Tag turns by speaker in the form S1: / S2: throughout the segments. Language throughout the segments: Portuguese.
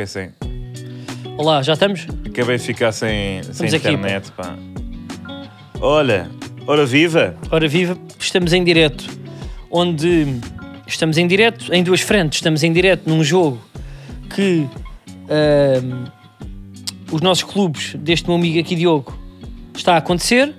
S1: É sem.
S2: Olá, já estamos?
S1: Acabei de ficar sem, sem
S2: Estamos aqui,
S1: internet, pá. Olha, ora viva!
S2: Ora viva, estamos em direto. Onde estamos em direto em duas frentes. Estamos em direto num jogo que ahm, os nossos clubes, deste meu amigo aqui Diogo, está a acontecer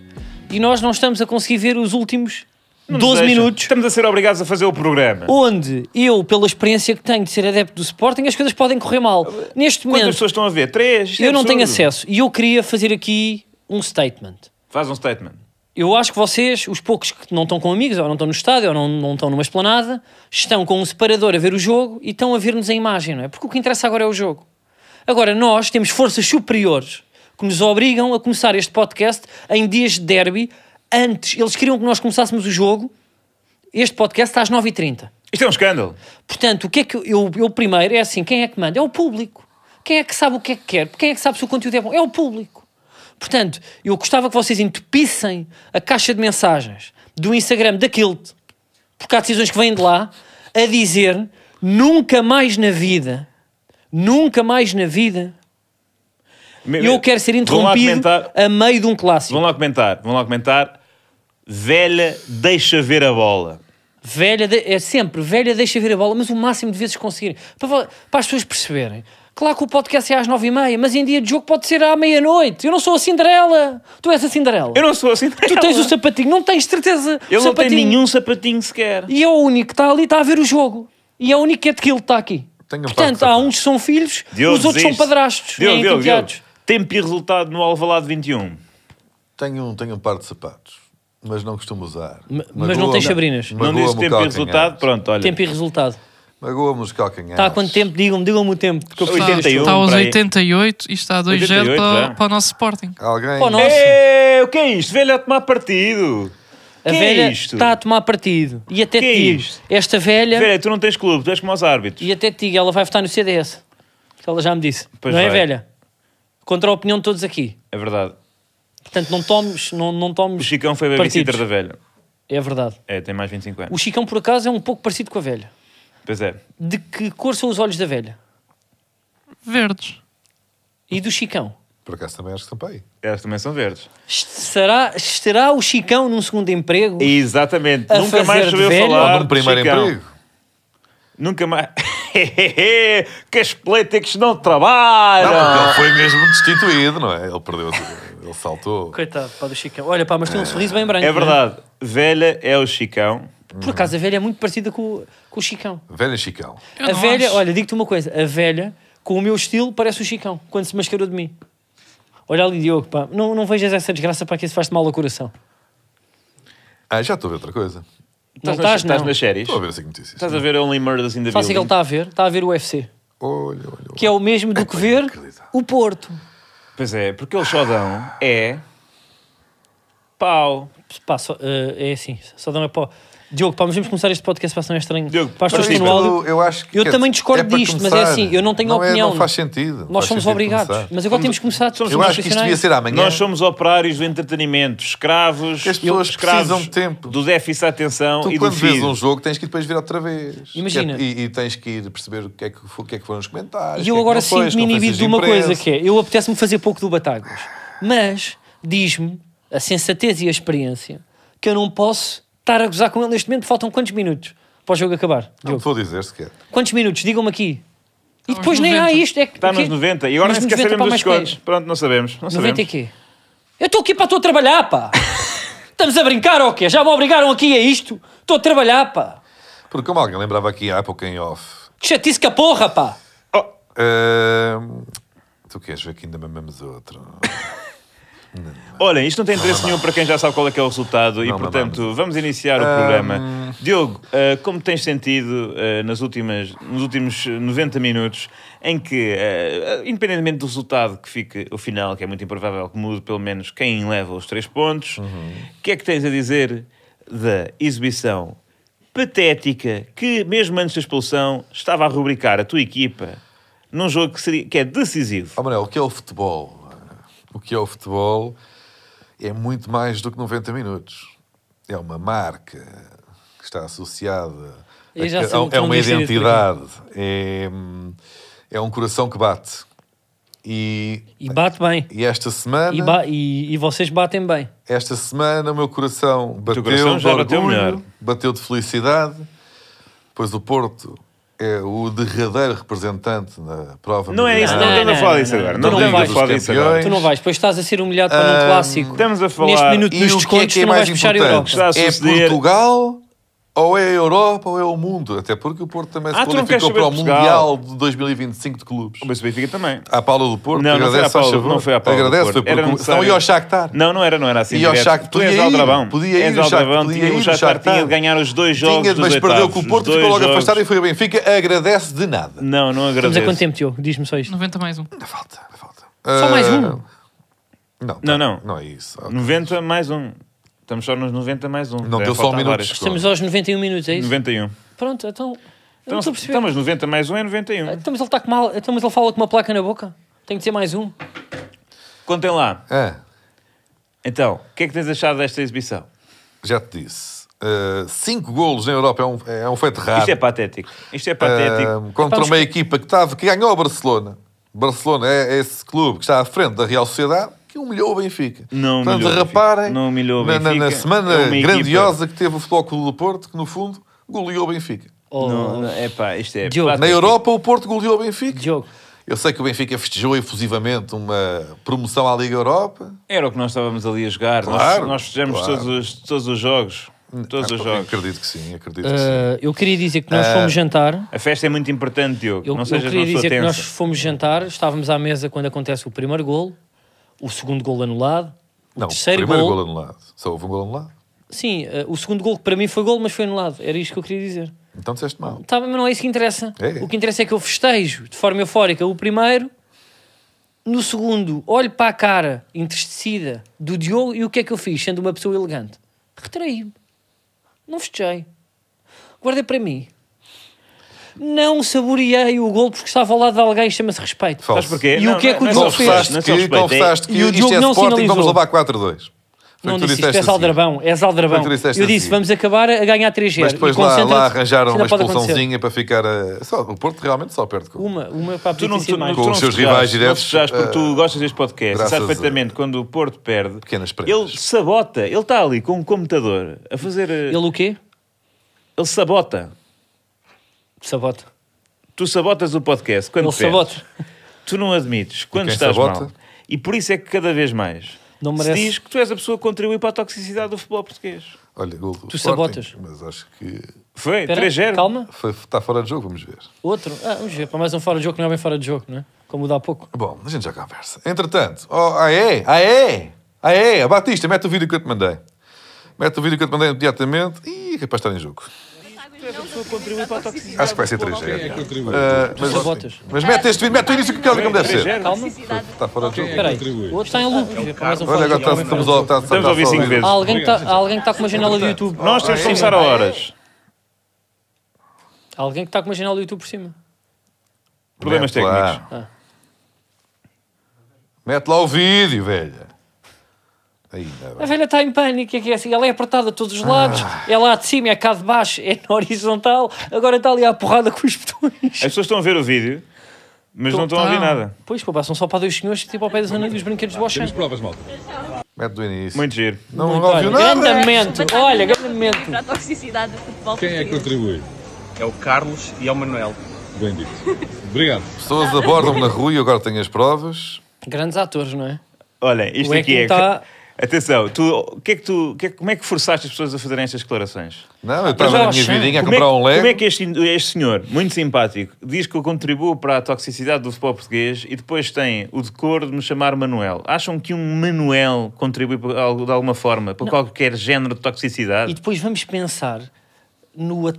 S2: e nós não estamos a conseguir ver os últimos
S1: Não nos
S2: 12
S1: deixam.
S2: minutos. Um
S1: Estamos a ser obrigados a fazer o programa.
S2: Onde eu, pela experiência que tenho de ser adepto do Sporting, as coisas podem correr mal. Neste
S1: Quantas
S2: momento,
S1: pessoas estão a ver? Três? Isto é
S2: eu não tenho
S1: absurdo.
S2: acesso e eu queria fazer aqui um statement.
S1: Faz um statement.
S2: Eu acho que vocês, os poucos que não estão com amigos, ou não estão no estádio, ou não, não estão numa esplanada, estão com um separador a ver o jogo e estão a ver-nos a imagem, não é? Porque o que interessa agora é o jogo. Agora, nós temos forças superiores que nos obrigam a começar este podcast em dias de derby, antes. Eles queriam que nós começássemos o jogo, este podcast, às 9h30.
S1: Isto é um escândalo.
S2: Portanto, o que é que eu, eu, eu primeiro é assim, quem é que manda? É o público. Quem é que sabe o que é que quer? Quem é que sabe se o conteúdo é bom? É o público. Portanto, eu gostava que vocês entupissem a caixa de mensagens do Instagram da Kilt, porque há decisões que vêm de lá, a dizer nunca mais na vida, nunca mais na vida,
S1: Me-
S2: eu quero ser
S1: Vão lá
S2: interrompido
S1: comentar.
S2: a meio de um clássico.
S1: Vão lá comentar. Vão lá comentar. Velha, deixa ver a bola.
S2: Velha, de- é sempre, velha deixa ver a bola, mas o máximo de vezes conseguirem. Para, vo- para as pessoas perceberem. Claro que o podcast é às nove e meia, mas em dia de jogo pode ser à meia-noite. Eu não sou a Cinderela. Tu és a Cinderela.
S1: Eu não sou assim.
S2: tu tens o sapatinho, não tens certeza.
S1: Eu
S2: o
S1: não tenho
S2: sapatinho.
S1: nenhum sapatinho sequer.
S2: E é o único que está ali, está a ver o jogo. E é o único que é de que ele está aqui.
S3: Tenho um par de
S2: Portanto, há
S3: sapatos.
S2: uns que são filhos,
S1: Diogo,
S2: os outros são
S1: desiste.
S2: padrastos.
S1: Diogo,
S2: nem
S1: Diogo, Diogo.
S2: enteados.
S1: Tempo e resultado no Alvalade 21.
S3: Tenho, um- tenho um par de sapatos, mas não costumo usar.
S2: Ma- mas não tens sabrinas?
S1: Não
S3: magoa-me
S1: disse
S3: o
S1: tempo e
S3: calcanhar.
S1: resultado, pronto, olha.
S2: Tempo e resultado.
S3: Magoa-me os calcanhares.
S1: Ah,
S2: Está há quanto tempo? Digam-me, digam-me o tempo. Porque eu preciso
S1: Oitenta e
S2: deste
S1: um.
S2: jogo.
S4: Está Tá aos
S1: para aí.
S4: 88 e está a 2 0
S1: 88 já.
S4: para, para o nosso Sporting.
S3: Alguém...
S2: Pô, não.
S1: É, o que é isto? Velho a tomar partido.
S2: A
S1: que é
S2: velha
S1: isto?
S2: está a tomar partido. E até
S1: Que é
S2: te digo,
S1: isto?
S2: esta velha,
S1: Velho, tu não tens clube, tu és como os árbitros.
S2: e até te digo, ela vai votar no CDS. Que Ela já me disse.
S1: Pois
S2: não é
S1: vai.
S2: velha? Contra a opinião de todos aqui.
S1: É verdade.
S2: Portanto, não tomes, não, não
S1: O
S2: tomes
S1: Chicão foi babysitter da velha.
S2: É verdade.
S1: É, tem mais 25 anos.
S2: O Chicão, por acaso, é um pouco parecido com a velha.
S1: Pois é.
S2: De que cor são os olhos da velha?
S4: Verdes.
S2: E do Chicão?
S3: Por acaso também acho que são para aí.
S1: Elas também são verdes.
S2: Est- Será, estará o Chicão num segundo emprego?
S1: Exatamente.
S2: A
S1: Nunca mais
S2: fazer de
S1: soube
S2: velho?
S1: falar.
S3: Ou num
S1: de
S3: um primeiro
S1: Chicão.
S3: emprego.
S1: Nunca mais. que as políticos não
S3: Não,
S1: trabalham.
S3: porque ele foi mesmo destituído, não é? Ele perdeu, ele saltou.
S2: Coitado, pá, do Chicão. Olha, pá, mas tem um sorriso bem branco.
S1: É
S2: não
S1: verdade. Velha é o Chicão.
S2: Por acaso, a velha é muito parecida com, o- com o Chicão.
S3: Velho Chicão.
S4: Eu
S1: É
S2: a
S4: não
S2: velha,
S4: acho.
S2: olha, digo-te uma coisa: a velha, com o meu estilo, parece o Chicão, quando se mascarou de mim. Olha ali, Diogo, pá, não, não vejas essa desgraça para que isso faz-te mal ao coração.
S3: Ah, já estou a ver outra coisa.
S2: Não
S1: nas-
S2: estás, não.
S1: nas séries?
S3: Estou a ver assim notícias.
S1: Estás a ver Only Murders in the
S2: Sabe o que é que
S1: Building?
S2: ele está a ver? Está a ver o UFC,
S3: Olha, olha, olha.
S2: que é o mesmo do que ver o Porto.
S1: Pois é, porque eles só dão é pau.
S2: Pá, só, eh, é assim, só dá uma pó. Diogo, pá, mas vamos começar este podcast para não é estranho.
S1: Diogo,
S2: para as pessoas que
S1: participa.
S2: estão no áudio.
S3: tipo, eu acho que,
S2: eu
S3: quer
S2: também
S3: dizer,
S2: discordo
S3: para
S2: disto, mas é
S3: começar.
S2: assim, eu não tenho
S3: é-
S2: opinião.
S3: não faz sentido.
S2: Nós
S3: Faz
S2: somos
S3: sentido
S2: obrigados.
S3: começar.
S2: Mas agora temos que começar.
S1: somos
S3: Eu
S2: nós
S3: acho que isto devia
S2: profissionais.
S3: ser amanhã.
S1: Nós somos operários do entretenimento, escravos,
S3: As pessoas
S1: escravos
S3: precisam de tempo.
S1: do déficit de atenção
S3: Tu
S1: e do
S3: quando vês
S1: filho.
S3: um jogo tens que ir depois ver outra vez.
S2: Imagina.
S3: Que é- E, e tens que ir perceber o que é que, fo- o que, é que foram os comentários.
S2: E eu
S3: o que é que
S2: agora
S3: não foi, se
S2: sinto-me
S3: não foi
S2: inibido de
S3: sentido
S2: uma coisa
S3: imprensa.
S2: que é: eu apetece-me fazer pouco do Batáguas, mas diz-me a sensatez e a experiência que eu não posso estar a gozar com ele neste momento. Faltam quantos minutos para o jogo acabar?
S3: Não
S2: Diogo?
S3: te vou dizer sequer.
S2: Quantos minutos? Digam-me aqui. E
S4: Está
S2: depois
S4: aos
S2: nem há
S4: 90.
S2: isto. É que,
S1: Está
S2: o quê?
S1: nos 90 e agora
S2: Mas
S1: nem sequer
S2: 90 para
S1: sabemos dos
S2: mais quantos?
S1: codes. Pronto, não sabemos. Não
S2: 90 e
S1: sabemos.
S2: quê? Eu estou aqui para estou a trabalhar, pá. Estamos a brincar ou quê? Já me obrigaram aqui a isto? Estou a trabalhar, pá.
S3: Porque como alguém lembrava aqui há pouco em off,
S2: Que chatice que a porra, pá.
S1: Oh,
S3: ahm, ehm, tu queres ver que ainda mamamos outro?
S1: Olhem, isto não tem interesse nenhum para quem já sabe qual é que é o resultado e,
S3: Não, não,
S1: portanto, vamos iniciar o programa. Diogo, ah, como tens sentido ah, nas últimas, nos últimos 90 minutos em que, ah, ah, independentemente do resultado que fique o final, que é muito improvável que mude, pelo menos quem leva os três pontos, o que é que tens a dizer da exibição patética que, mesmo antes da expulsão, estava a rubricar a tua equipa num jogo que, seria, que é decisivo?
S3: Oh, Manel, o que é o futebol? O que é o futebol é muito mais do que 90 minutos. É uma marca que está associada,
S2: Eu já
S3: a-
S2: sei o que
S3: é
S2: vão
S3: uma
S2: dizer
S3: identidade, é, É um coração que bate. E,
S2: E bate bem.
S3: e esta semana,
S2: E, ba- e- e vocês batem bem.
S3: esta semana o meu coração bateu
S1: coração
S3: de
S1: já
S3: orgulho,
S1: bateu melhor.
S3: bateu de felicidade, pois o Porto é o derradeiro representante na prova
S1: Não é isso,
S3: mundial.
S1: não estamos
S2: Não,
S1: a
S2: não,
S1: falar
S2: não,
S1: disso
S2: não,
S1: agora.
S2: tu
S1: Não
S2: não
S1: estamos a
S2: vais.
S1: falar disso agora.
S3: Pois.
S2: Tu não vais, depois estás a ser humilhado para um
S3: Ah,
S2: clássico.
S1: estamos a falar-
S2: Neste minuto
S3: E
S2: dos
S3: o que é
S2: descontos,
S3: que é
S2: tu não
S3: mais
S2: vais puxar a Europa.
S3: importante?
S1: Está a
S3: É
S1: suceder-
S3: Portugal ou é a Europa ou é o mundo? Até porque o Porto também
S1: Ah,
S3: se
S1: tu não queres
S3: qualificou para o
S1: saber de Portugal.
S3: Mundial de 2025 de clubes.
S1: Mas o Benfica também.
S3: À Paula do Porto,
S1: Não, não foi à
S3: agradece
S1: Paula,
S3: ao favor.
S1: não foi à Paula. do
S3: Agradece,
S1: Porto.
S3: foi
S1: Era
S3: porque
S1: necessário.
S3: senão ia ao Shakhtar.
S1: Não, não era, não era assim.
S3: Ia ao
S1: direto.
S3: Shakhtar,
S1: tu
S3: podia
S1: és
S3: ir,
S1: Aldrabão.
S3: podia ir,
S1: és
S3: o Shakhtar,
S1: Aldrabão,
S3: podia
S1: tinha-
S3: ir,
S1: o
S3: o
S1: Shakhtar
S3: Shakhtar.
S1: tinha de ganhar os dois jogos.
S3: Tinha,
S1: dos
S3: mas perdeu
S1: oitavos,
S3: com o
S1: os
S3: Porto,
S1: dois
S3: ficou logo
S1: jogos.
S3: afastado e foi ao Benfica. Agradece de nada.
S1: Não, não
S2: Estamos
S1: agradeço.
S2: a quanto tempo, Diogo? Diz-me só isto.
S4: 90 mais um.
S3: Ainda falta, ainda falta.
S2: Só mais um?
S3: Ah, Não,
S1: Não, não.
S3: Não é isso.
S1: 90 mais um. Estamos só nos 90 mais um.
S3: Não
S1: Deve
S3: deu só
S1: faltar
S3: um minuto.
S1: vários.
S2: Estamos aos 91 minutos, é isso?
S1: 91.
S2: Pronto, então. eu não
S1: Então,
S2: estou a perceber.
S1: estamos 90 mais um é 91.
S2: Então, mas ele está com mal. Então, mas ele fala com uma placa na boca. Tem que ser mais um.
S1: Contem lá.
S3: Ah,
S1: Então, o que é que tens achado desta exibição?
S3: já te disse. Ah, cinco golos na Europa é um, é um feito raro.
S1: Isto é patético. Isto é patético.
S3: Ah, contra
S2: Epá,
S3: uma
S2: mas-
S3: equipa que, estava, que ganhou o Barcelona. Barcelona é, é esse clube que está à frente da Real Sociedade que humilhou o Benfica.
S1: Não
S3: Portanto,
S1: humilhou o Benfica.
S3: reparem
S1: Não humilhou o
S3: na, na- na
S1: Benfica.
S3: semana
S1: É uma
S3: grandiosa que teve o Futebol Clube do Porto, que no fundo goleou o Benfica.
S2: Oh,
S1: Não, não, epá, isto é
S2: Diogo.
S1: patético.
S3: Na Europa, o Porto goleou o Benfica.
S2: Diogo.
S3: Eu sei que o Benfica festejou efusivamente uma promoção à Liga Europa.
S1: Era o que nós estávamos ali a jogar. Nós-
S3: Claro,
S1: nós fizemos
S3: claro.
S1: todos, os, todos os jogos. Todos
S3: Ah,
S1: os
S3: eu
S1: jogos.
S3: Acredito que sim, acredito que sim.
S2: Uh, eu queria dizer que nós
S3: Ah,
S2: fomos jantar.
S1: A festa é muito importante, Diogo.
S2: Eu,
S1: não
S2: eu
S1: sejas
S2: queria
S1: uma pessoa
S2: dizer que nós
S1: tensa.
S2: fomos jantar. Estávamos à mesa quando acontece o primeiro gol, o segundo gol anulado, o
S3: Não,
S2: terceiro
S3: primeiro
S2: gol.
S3: gol anulado. Só houve um gol anulado.
S2: Sim, uh, o segundo gol que para mim foi gol, mas foi anulado. Era isto que eu queria dizer.
S3: Então disseste mal.
S2: Tá, mas não é isso que interessa.
S3: É.
S2: O que interessa é que eu festejo de forma eufórica o primeiro, no segundo, olho para a cara entristecida do Diogo e o que é que eu fiz, sendo uma pessoa elegante? Retraí-me. Não festejei. Guardei para mim. Não saboreei o gol porque estava ao lado de alguém e chama-se respeito.
S1: Sabes
S3: Falso.
S1: porquê?
S2: E o que é que o
S1: não
S2: Diogo
S1: só respeito,
S2: fez?
S3: Confessaste
S1: não é só
S3: que,
S1: respeito,
S3: confessaste
S2: E
S3: que
S2: o
S3: isto
S2: Diogo
S3: é
S2: não
S3: Sporting,
S2: sinalizou.
S3: vamos levar 4-2. Foi
S2: Não
S3: o que tu assim.
S2: disse isto, és
S3: a seguir.
S2: aldrabão, és aldrabão.
S3: Foi o que tu disseste
S2: Eu
S3: a
S2: disse,
S3: seguir.
S2: vamos acabar a ganhar 3G.
S3: Mas depois lá, lá arranjaram uma expulsãozinha para ficar. A... Só, o Porto realmente só perde com.
S2: Uma, uma para
S1: Tu não,
S2: apetite
S1: tu,
S2: mais.
S1: tu
S3: Com
S1: não
S3: os seus
S1: festejas,
S3: rivais
S1: não
S3: diretos,
S1: festejas porque tu
S3: eh,
S1: gostas deste podcast. e
S3: graças
S1: Sabes
S3: a-
S1: perfeitamente quando o Porto perde,
S3: Pequenas prendas.
S1: ele sabota. Ele está ali com um computador a fazer. eh,
S2: Ele
S1: Ele,
S2: o quê?
S1: sabota.
S2: Sabota.
S1: Tu sabotas o podcast quando
S2: Ele
S1: perdes.
S2: sabota.
S1: Tu não admites quando
S3: quem
S1: estás
S3: sabota?
S1: mal. E por isso é que cada vez mais
S2: Não
S1: se
S2: merece.
S1: diz que tu és a pessoa que contribui para a toxicidade do futebol português.
S3: Olha, gol do
S2: Tu
S3: Sporting,
S2: sabotas.
S3: Mas acho que
S1: Foi,
S2: Espera,
S1: 3-0.
S2: Calma,
S3: foi- está fora de jogo, vamos ver.
S2: outro. Ah, vamos ver, para mais um fora de jogo que não é bem fora de jogo, não é? Como o de há pouco.
S3: Bom, a gente já conversa. Entretanto, oh, aê, aê, aê, a Batista, mete o vídeo que eu te mandei. Mete o vídeo que eu te mandei imediatamente e capaz de estar em jogo. Acho que vai ser 3G. Ah, mas,
S2: sabotas.
S3: mas mete este vídeo, mete o início que eu quero como deve ser.
S2: Calma.
S3: Está fora de jogo.
S2: Espera aí. O outro está em loop. vamos ver, para mais um
S3: Olha,
S2: fora de
S3: agora tá
S2: jogo.
S3: está, estamos ao está-
S1: Estamos a ouvir
S3: ao-
S1: cinco vezes.
S2: Há alguém que está- há alguém que está com uma janela do YouTube.
S1: Nós temos que começar a horas.
S2: Há alguém que está com uma janela do YouTube por cima.
S1: Problemas
S3: Mete lá.
S1: técnicos.
S2: Ah.
S3: Mete lá o vídeo, velha. Ainda
S2: A
S3: bem.
S2: velha está em pânico, é que é assim, ela é apertada de todos os lados,
S3: Ah.
S2: é lá de cima, é cá de baixo, é na horizontal, agora está ali à porrada com os botões.
S1: As pessoas estão a ver o vídeo, mas não estão a ouvir
S4: Estão.
S1: nada.
S2: Pois, pô, passam só para dois senhores, tipo ao pé da zona dos brinquedos do Oxan.
S5: provas, malta.
S3: Mete do início.
S1: Muito giro.
S3: não
S2: Muito, olha,
S3: ouviu nada.
S2: grande momento, olha, grande momento.
S6: Para a toxicidade do futebol
S5: Quem é que
S6: português.
S5: contribui?
S7: é o Carlos e é o Manuel.
S5: Bem dito. Obrigado.
S3: Pessoas abordam-me na rua e eu agora tenho as provas.
S2: Grandes atores, não é?
S1: Olha, isto
S2: O
S1: aqui
S2: Ekin
S1: é.
S2: tá-
S1: Atenção, tu, o que é que tu, o que é- como é que forçaste as pessoas a fazerem estas declarações?
S3: Não, eu estava
S2: já
S3: na minha
S2: achei.
S3: vidinha a
S1: como, é, que-
S3: comprar um
S1: como é
S3: Lego.
S1: que este, este senhor, muito simpático, diz que eu contribuo para a toxicidade do futebol português e depois tem o decoro de me chamar Manuel? Acham que um Manuel contribui por algo- de alguma forma para qualquer género de toxicidade?
S2: E depois vamos pensar no, at-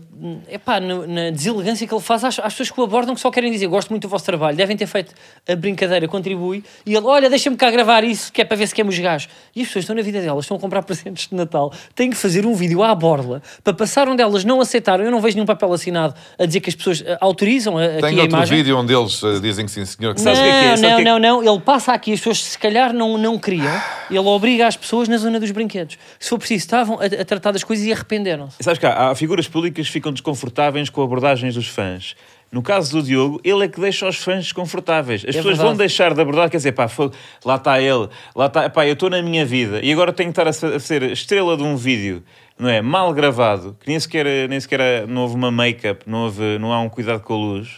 S2: epá, no- na deselegância que ele faz às, às pessoas que o abordam que só querem dizer gosto muito do vosso trabalho, devem ter feito a brincadeira, contribui, e ele, olha, deixa-me cá gravar isso, que é para ver se queimos gás. E as pessoas estão na vida delas, estão a comprar presentes de Natal, têm que fazer um vídeo à borla para passar onde elas não aceitaram. Eu não vejo nenhum papel assinado a dizer que as pessoas eh, autorizam a, aqui
S3: Tenho
S2: a
S3: outro
S2: imagem.
S3: vídeo onde eles eh, dizem que sim, senhor. Que
S2: Não,
S3: sabe o que é que é.
S1: é? Sabe o
S2: não,
S1: que é que-
S2: não, não. Ele passa aqui, as pessoas se calhar não, não queriam. Ele obriga as pessoas na zona dos brinquedos. Se for preciso, estavam a, a tratar das coisas e arrependeram-se.
S1: Sabes que há, há figuras públicas que ficam desconfortáveis com abordagens dos fãs. No caso do Diogo, ele é que deixa os fãs desconfortáveis. As pessoas vão
S2: É verdade.
S1: deixar de abordar, quer dizer, pá, fogo, lá está ele, lá está, pá, eu estou na minha vida e agora tenho que estar a ser, a ser estrela de um vídeo, não é? Mal gravado, que nem sequer, nem sequer não houve uma make-up, não, houve- não há um cuidado com a luz.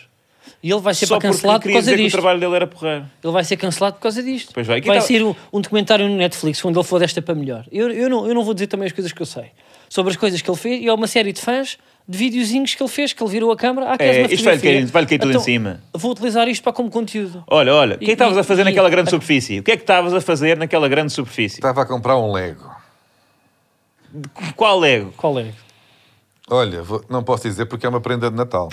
S2: E ele vai ser
S1: Só
S2: para
S1: porque
S2: cancelado por
S1: queria
S2: causa
S1: dizer que o
S2: disto.
S1: trabalho dele era porreiro.
S2: Ele vai ser cancelado por causa disto.
S1: Pois vai. Aqui
S2: vai
S1: tá-
S2: sair um, um documentário no Netflix onde ele falou desta para melhor. Eu, eu, não, eu não vou dizer também as coisas que eu sei sobre as coisas que ele fez e há uma série de fãs de videozinhos que ele fez, que ele virou a câmera. Ah, queres
S1: É,
S2: uma
S1: isto vai-lhe
S2: fotografia? Então,
S1: cair- vai-lhe cair tudo em cima.
S2: Vou utilizar isto para como conteúdo.
S1: Olha, olha, o que é
S2: E-
S1: que estavas a fazer
S2: e-
S1: naquela
S2: e-
S1: grande superfície? O que é que estavas a fazer naquela grande superfície?
S3: Estava a comprar um Lego.
S1: Qual Lego?
S2: Qual é?
S3: Olha, vou- não posso dizer porque é uma prenda de Natal.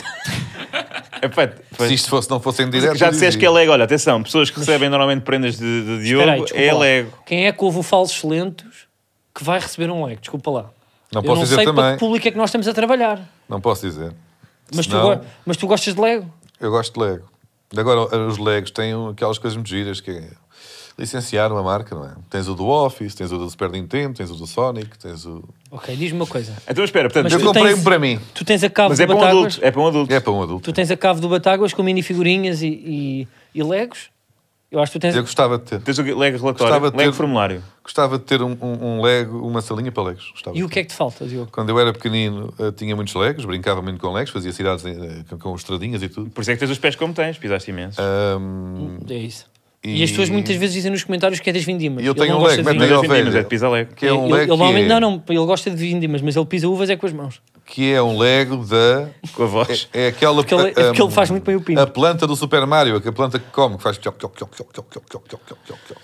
S1: Epá,
S3: Se
S1: pois,
S3: isto fosse, não fosse em direto.
S1: já
S3: eu
S1: disseste
S3: dizia.
S1: que é Lego, olha, atenção, pessoas que recebem normalmente prendas de, de Diogo,
S2: Espera aí, desculpa
S1: é
S2: lá.
S1: Lego.
S2: Quem é que ouve o Falsos Lentos que vai receber um like? Desculpa lá.
S3: Não
S2: eu
S3: posso
S2: não
S3: dizer
S2: sei para
S3: também.
S2: que público é que nós estamos a trabalhar.
S3: Não posso dizer.
S2: Mas tu,
S3: Senão-
S2: go- mas tu gostas de Lego?
S3: Eu gosto de Lego. Agora, eh, os Legos têm um, aquelas coisas muito giras que é licenciar uma marca, não é? Tens o do Office, tens o do Super Nintendo, tens o do Sonic, tens o.
S2: Ok, diz-me uma coisa.
S1: Então espera, portanto,
S2: Mas
S3: eu
S2: tu
S3: comprei
S2: tens-
S3: um para mim.
S2: Tu tens a cabo
S1: mas
S2: de
S1: é para um
S2: Batáguas?
S1: adulto, é para um adulto.
S3: É para um
S2: Tu
S3: adulto.
S2: tens a cave do Batáguas com minifigurinhas e, e, e legos? Eu acho que tu tens.
S3: Eu gostava de ter.
S1: Tens o Lego
S3: Gostava
S1: relatório,
S3: de
S1: Lego
S3: ter-
S1: formulário.
S3: Gostava de ter um, um- um Lego, uma salinha para Legos. Gostava.
S2: E o que é que te falta, Diogo?
S3: Quando eu era pequenino, eh, tinha muitos Legos, brincava muito com Legos, fazia cidades eh, com, com estradinhas e tudo.
S1: Por isso é que tens os pés como tens, pisaste imenso.
S3: Ah, Ahm,
S2: É isso.
S3: Hum. E-
S2: E, as pessoas muitas vezes dizem nos comentários que é das vindimas.
S3: E eu
S2: Ele
S3: tenho
S2: não
S3: um
S2: gosta
S3: Lego,
S2: de
S3: mas
S1: não
S3: tenho
S1: é
S2: vindimas.
S1: vindimas,
S3: ovelha.
S1: é de pisa Lego.
S3: que é um
S2: Ele-
S3: Lego.
S2: ele normalmente-
S3: que,
S2: Não,
S3: é,
S2: não, ele gosta de vindimas, mas ele pisa uvas é com as mãos.
S3: que é um Lego da.
S1: Com a voz.
S3: É, é aquela.
S2: Porque ele- é porque ele faz muito bem o pinto.
S3: A planta do Super Mario, a planta que come, que faz. tioc, tioc, tioc, tioc, tioc, tioc, tioc, tioc, tioc, tioc.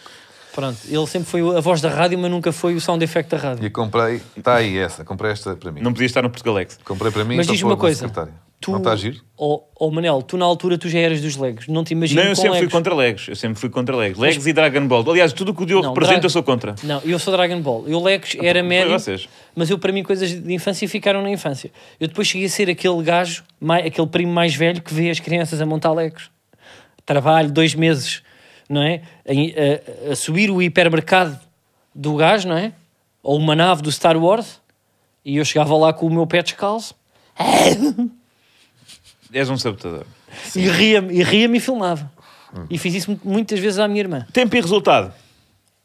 S2: Pronto, ele sempre foi a voz da rádio, mas nunca foi o sound effect da rádio.
S3: E comprei. Está aí essa, comprei esta para mim.
S1: Não podias estar no Portugalex.
S3: Comprei para mim
S2: Mas
S3: para
S2: diz
S3: pôr
S2: uma
S3: na
S2: coisa.
S3: secretária.
S2: Tu,
S3: Não está a giro?
S2: Oh, oh, Manel, tu na altura tu já eras dos legos. Não te imagino
S1: Não, eu
S2: com
S1: sempre fui
S2: legos.
S1: contra Legos. Eu sempre fui contra Legos. Legos e Dragon Ball. Aliás, tudo o que o Diogo
S2: Não,
S1: representa,
S2: Dra-
S1: eu sou contra. Ah,
S2: Não, eu sou Dragon Ball. Eu Lex era médio,
S1: vocês.
S2: mas eu para mim coisas de infância ficaram na infância. Eu depois cheguei a ser aquele gajo, mai- aquele primo mais velho que vê as crianças a montar Legos. Trabalho dois meses, não é? Em- a, a subir o hipermercado do gajo, não é? Ou uma nave do Star Wars. E eu chegava lá com o meu pé descalço
S1: És um sabotador.
S2: e ria-me e, ria e filmava. E fiz isso mu- muitas vezes à minha irmã.
S1: Tempo e resultado.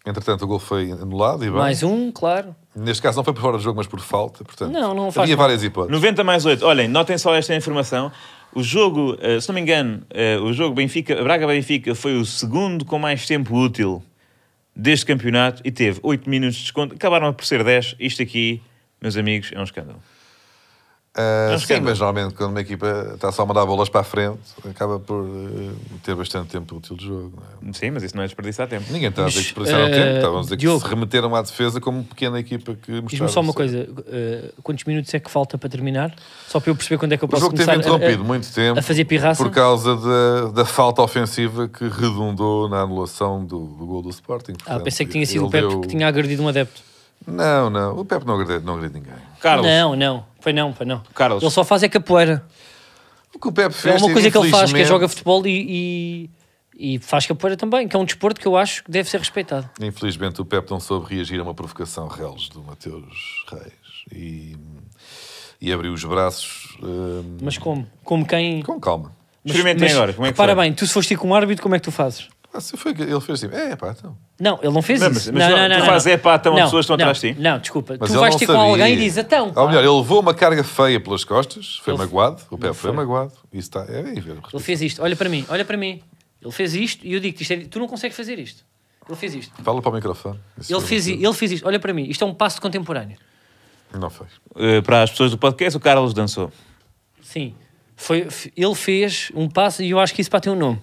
S3: Entretanto, o gol foi anulado e bem.
S2: Mais um, claro.
S3: Neste caso não foi por fora do jogo, mas por falta. Portanto,
S2: Não, não faz
S3: havia
S2: mal.
S3: várias hipóteses.
S1: 90 mais 8. Olhem, notem só esta informação. O jogo, eh, se não me engano, eh, o jogo Benfica, Braga-Benfica foi o segundo com mais tempo útil deste campeonato e teve 8 minutos de desconto. Acabaram por ser 10. Isto aqui, meus amigos, é um escândalo.
S3: Ah,
S1: Não
S2: é
S3: sim,
S1: esquema.
S3: mas geralmente quando uma equipa está só a mandar bolas para a frente, acaba por eh, ter bastante tempo útil de jogo. não é?
S1: Sim, mas isso não é desperdiçar tempo.
S3: Ninguém está a dizer que desperdiçaram
S2: eh,
S3: tempo, estavam a dizer que
S2: Diogo.
S3: se remeteram à defesa como pequena equipa que mostraram.
S2: Diz-me só uma
S3: ser.
S1: é.
S2: coisa, uh, quantos minutos é que falta para terminar? Só para eu perceber quando é que eu
S3: O
S2: posso
S3: jogo
S2: começar
S3: teve
S2: a-
S3: interrompido
S2: a,
S3: muito tempo
S2: a fazer pirraça?
S3: por causa da, da falta ofensiva que redundou na anulação do, do gol do Sporting.
S2: Ah,
S3: Portanto,
S2: pensei que tinha sido
S3: ele
S2: o Pepe
S3: deu-
S2: que tinha agredido um adepto.
S3: Não, não, o Pepe não agrede, não agrede ninguém.
S1: Carlos,
S2: Não, não, foi não, foi não.
S1: Carlos.
S2: Ele só faz é capoeira.
S3: O que o Pepe
S2: É
S3: fez
S2: uma coisa que ele faz, que é
S3: infelizmente,
S2: joga futebol e, e, e faz capoeira também, que é um desporto que eu acho que deve ser respeitado.
S3: Infelizmente o Pep não soube reagir a uma provocação reles do Mateus Reis e, e abriu os braços hum,
S2: Mas como? Como quem...
S3: com calma.
S2: Mas-
S1: Experimentem
S2: mas
S1: agora, como é que
S2: repara
S1: foi?
S2: bem, tu se foste ir com um árbitro, como é que tu fazes?
S3: Ah, se foi que ele fez assim, é pá, então.
S2: Não, ele não fez
S1: Não,
S2: isso.
S1: mas- mas não, tu fazes é pá, então as
S2: Não,
S1: pessoas estão
S2: não,
S1: atrás de ti.
S2: Não, desculpa.
S3: Mas
S2: tu
S3: ele
S2: vais
S3: não
S2: ter
S3: sabia.
S2: com alguém e dizes, então... pá."
S3: Ou melhor, ele levou uma carga feia pelas costas, foi
S2: Ele-
S3: magoado, o Pep foi magoado. Isso está, é bem ver.
S2: Ele fez isto, olha para mim, olha para mim. Ele fez isto e eu digo-te, isto é- tu não consegues fazer isto. Ele fez isto.
S3: Fala para o microfone. Isso
S2: Ele
S3: foi-
S2: fez, i- ele fez isto, olha para mim, isto é um passo contemporâneo.
S3: Não fez.
S1: eh, para as pessoas do podcast, o Carlos dançou.
S2: Sim. Foi, f- ele fez um passo e eu acho que isso bateu um nome.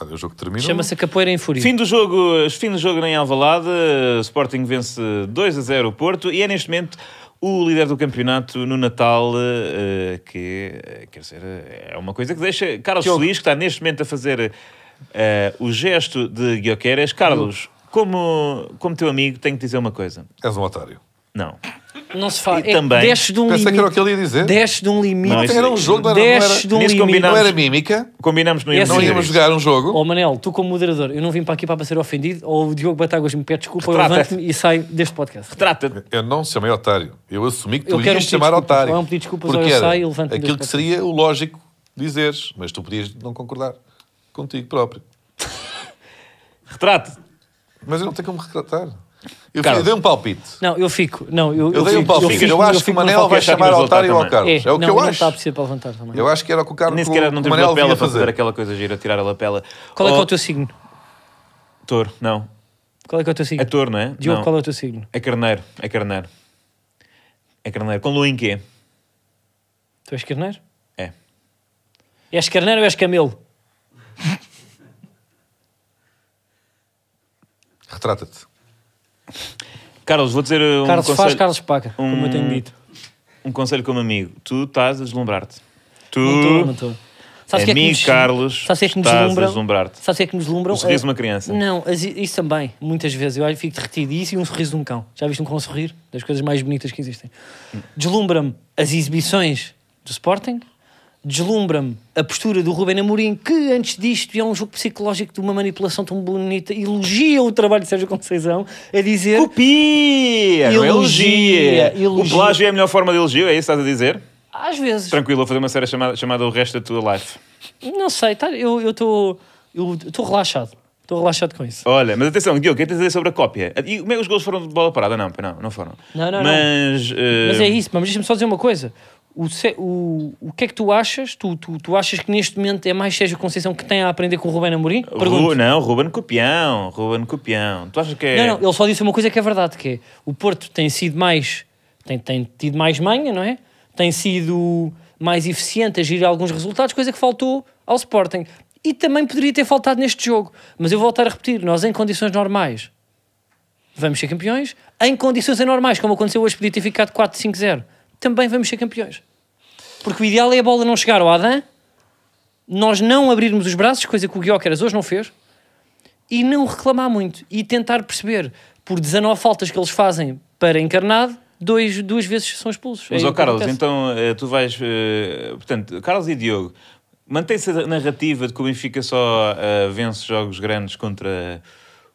S3: Olha, o jogo terminou.
S2: Chama-se a Capoeira em Fúria.
S1: Fim do jogo, fim do jogo em Alvalade, eh, Sporting vence 2 a 0 o Porto e é neste momento o líder do campeonato no Natal, eh, que eh, quer dizer, eh, é uma coisa que deixa Carlos Feliz, que está neste momento a fazer eh, o gesto de Guioqueras. Carlos,
S3: Hum.
S1: como, como teu amigo, tenho que dizer uma coisa.
S3: És um otário.
S1: Não.
S2: Não se fala.
S1: E
S2: É,
S1: também-
S2: Desce de um
S3: Pensei
S2: limite.
S3: que era o que ele ia dizer.
S2: Desce de um limite.
S1: Não, isso-
S3: Era um jogo, não era- não
S2: Desce
S3: era-
S2: de um
S1: Nesse
S2: limite.
S1: combinado-
S3: Não era mímica,
S1: Combinamos não
S2: É
S1: íamos
S3: não
S2: assim.
S1: fazer
S3: íamos
S1: isto.
S3: jogar um jogo.
S2: Oh Manel, tu como moderador, eu não vim para aqui para ser ofendido, ou o Diogo Batagas me pede desculpa, eu
S1: Retrata.
S2: levanto-me e saio deste podcast.
S1: Trata-te.
S3: Eu não te chamei otário. Eu assumi que tu
S2: Eu
S3: ias
S2: quero
S3: te
S2: pedir
S3: chamar
S2: desculpas.
S3: otário.
S2: Ou é um pedido de desculpas, ou
S3: Porque
S2: eu
S3: era
S2: saio e levanto-me
S3: aquilo
S2: deste
S3: que seria o lógico dizeres, mas tu podias não concordar contigo próprio.
S1: Retrato.
S3: Mas eu não tenho como retratar. Eu,
S1: Carlos.
S3: eu dei um palpite.
S2: Não, eu fico. Não, eu,
S3: Eu, dei um palpite. Eu,
S1: fico- eu
S3: acho que o
S1: fico no
S3: Manel vai
S1: palpite, acho que
S3: chamar
S1: vamos
S3: ao Otário ou
S1: voltar
S3: ao
S1: também.
S3: Carlos. É, o que
S2: não,
S3: eu
S2: não está a
S3: acho.
S2: precisar para levantar também.
S3: Eu acho que era o que o Carlos
S1: Nem sequer não
S3: o
S1: temos
S3: Manel
S1: lapela
S3: vinha
S1: para fazer.
S3: fazer.
S1: aquela coisa gira, tirar a lapela.
S2: Qual é, que é
S1: Oh,
S2: o teu signo?
S1: Touro, não.
S2: Qual é, que é o teu signo?
S1: É touro, não é?
S2: Diogo,
S1: não.
S2: qual é o teu signo?
S1: É carneiro, é carneiro. É carneiro. Com lua em quê?
S2: Tu és carneiro?
S1: É.
S2: És carneiro ou és camelo?
S3: Retrata-te.
S1: Carlos, vou dizer uh, um
S2: Carlos
S1: conselho.
S2: faz, Carlos paga, como eu tenho
S1: um-
S2: dito.
S1: Um conselho como amigo. Tu estás a deslumbrar-te. Tu,
S2: Não estou, não estou. Sabes o que é que
S1: amigo
S2: nos-
S1: Uhum. Carlos,
S2: sabes o que é que nos
S1: estás a
S2: deslumbram?
S1: deslumbrar-te.
S2: Sabes o que é que nos deslumbram?
S1: Um sorriso de
S2: É-
S1: uma criança.
S2: Não, as- isso também, muitas vezes. Eu fico derretido. Isso e um sorriso de um cão. Já viste um cão sorrir? Das coisas mais bonitas que existem. Deslumbra-me as exibições do Sporting. Deslumbra-me a postura do Ruben Amorim, que antes disto é um jogo psicológico de uma manipulação tão bonita. Elogia o trabalho de Sérgio Conceição a dizer...
S1: Copia! É não
S2: Elogia,
S1: Elogia!
S2: elogia.
S1: O plágio é a melhor forma de elogio, é isso que estás a dizer?
S2: Às vezes...
S1: Tranquilo, vou fazer uma série chamada, chamada O Resto da Tua Life.
S2: Não sei, tá, eu estou... Eu estou relaxado. Estou relaxado com isso.
S1: Olha, mas atenção, Diogo, o que é que tens a dizer sobre a cópia? E como é que os gols foram de bola parada? Não, não, não foram.
S2: Não, não, não.
S1: mas, uh, não.
S2: Mas é isso, mas deixa-me só dizer uma coisa. O, Se- o, o que é que tu achas? Tu, tu, tu achas que neste momento é mais Sérgio Conceição que tem a aprender com o Rubén Amorim? Pergunto.
S1: Ru, não, Ruben Copião, Ruben Copião. Tu achas que é.
S2: Não, não, ele só disse uma coisa que é verdade, que é, o Porto tem sido mais, tem, tem tido mais manha, não é? Tem sido mais eficiente a gerir alguns resultados, coisa que faltou ao Sporting. E também poderia ter faltado neste jogo. Mas eu vou voltar a repetir, nós em condições normais vamos ser campeões, em condições anormais, como aconteceu hoje, podia ter ficado 4-5-0, também vamos ser campeões. Porque o ideal é a bola não chegar ao Adam, nós não abrirmos os braços, coisa que o Guiocaras hoje não fez, e não reclamar muito e tentar perceber por 19 faltas que eles fazem para encarnado, dois, duas vezes são expulsos.
S1: Mas,
S2: É
S1: ó
S2: o que
S1: Carlos,
S2: acontece.
S1: então eh, tu vais. eh, portanto, Carlos e Diogo, mantém-se a narrativa de que o Benfica só eh, vence jogos grandes contra,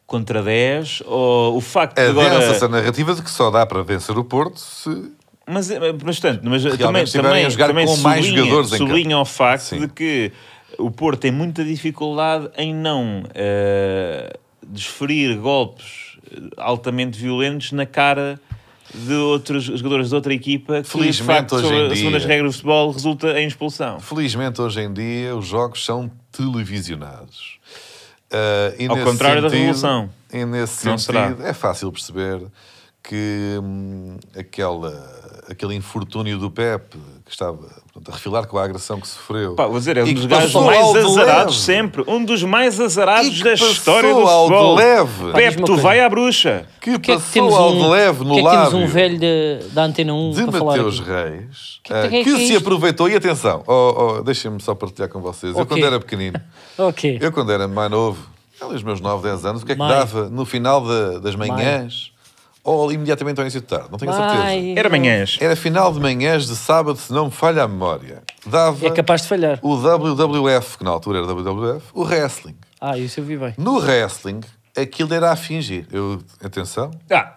S1: contra 10? Ou o facto
S3: É,
S1: de agora.
S3: Avança-se a narrativa de que só dá para vencer o Porto se
S1: Mas, eh, mas, portanto, mas eh,
S3: Realmente
S1: também,
S3: estiverem
S1: também,
S3: a jogar
S1: também
S3: com mais jogadores em campo.
S1: sublinha o facto
S3: Sim.
S1: de que o Porto tem muita dificuldade em não eh, desferir golpes eh, altamente violentos na cara de outros jogadores de outra equipa que,
S3: Felizmente,
S1: de facto,
S3: hoje em
S1: sobre-
S3: dia.
S1: segundo as regras do futebol, resulta em expulsão.
S3: Felizmente, hoje em dia, os jogos são televisionados. Ah, e
S1: Ao
S3: nesse
S1: contrário da Revolução.
S3: E nesse
S1: Não
S3: sentido,
S1: será.
S3: é fácil perceber que hum, aquela, aquele infortúnio do Pep que estava portanto, a refilar com a agressão que sofreu.
S1: Pá, vou dizer, é um
S3: e
S1: dos
S3: que
S1: gajos
S3: passou ao
S1: mais
S3: de
S1: azarados
S3: leve.
S1: sempre. Um dos mais
S3: E
S1: azarados
S3: que
S1: da
S3: passou
S1: história do
S3: ao de
S1: futebol.
S3: leve.
S2: Pá, diz
S1: Pepe,
S2: uma
S1: tu
S2: coisa.
S1: vai à bruxa.
S3: Que
S2: Porquê é que
S3: passou
S2: temos
S3: ao de
S2: um-
S3: leve no
S2: porquê é que temos
S3: lábio
S2: um velho de- da Antena 1
S3: de
S2: para falar
S3: Mateus
S2: aqui?
S3: Reis,
S2: Que- que
S3: ah,
S2: é
S3: que,
S2: que é
S3: se
S2: isto?
S3: aproveitou. E atenção, oh, oh, deixem-me só partilhar com vocês. Eu,
S2: Ok.
S3: quando era pequenino,
S2: Ok.
S3: Eu, quando era mais novo, ali os meus 9, 10 anos, o que é que
S2: Mãe.
S3: dava no final da- das manhãs ou imediatamente ao início de tarde? Não tenho a certeza.
S2: Ai,
S1: Era manhãs.
S2: É.
S3: Era final de manhãs de sábado, se não me falha a memória. Dava
S2: É capaz de falhar.
S3: o WWF, que na altura era WWF, o wrestling.
S2: Ah, isso eu vi bem.
S3: No wrestling, aquilo era a fingir. Eu, atenção,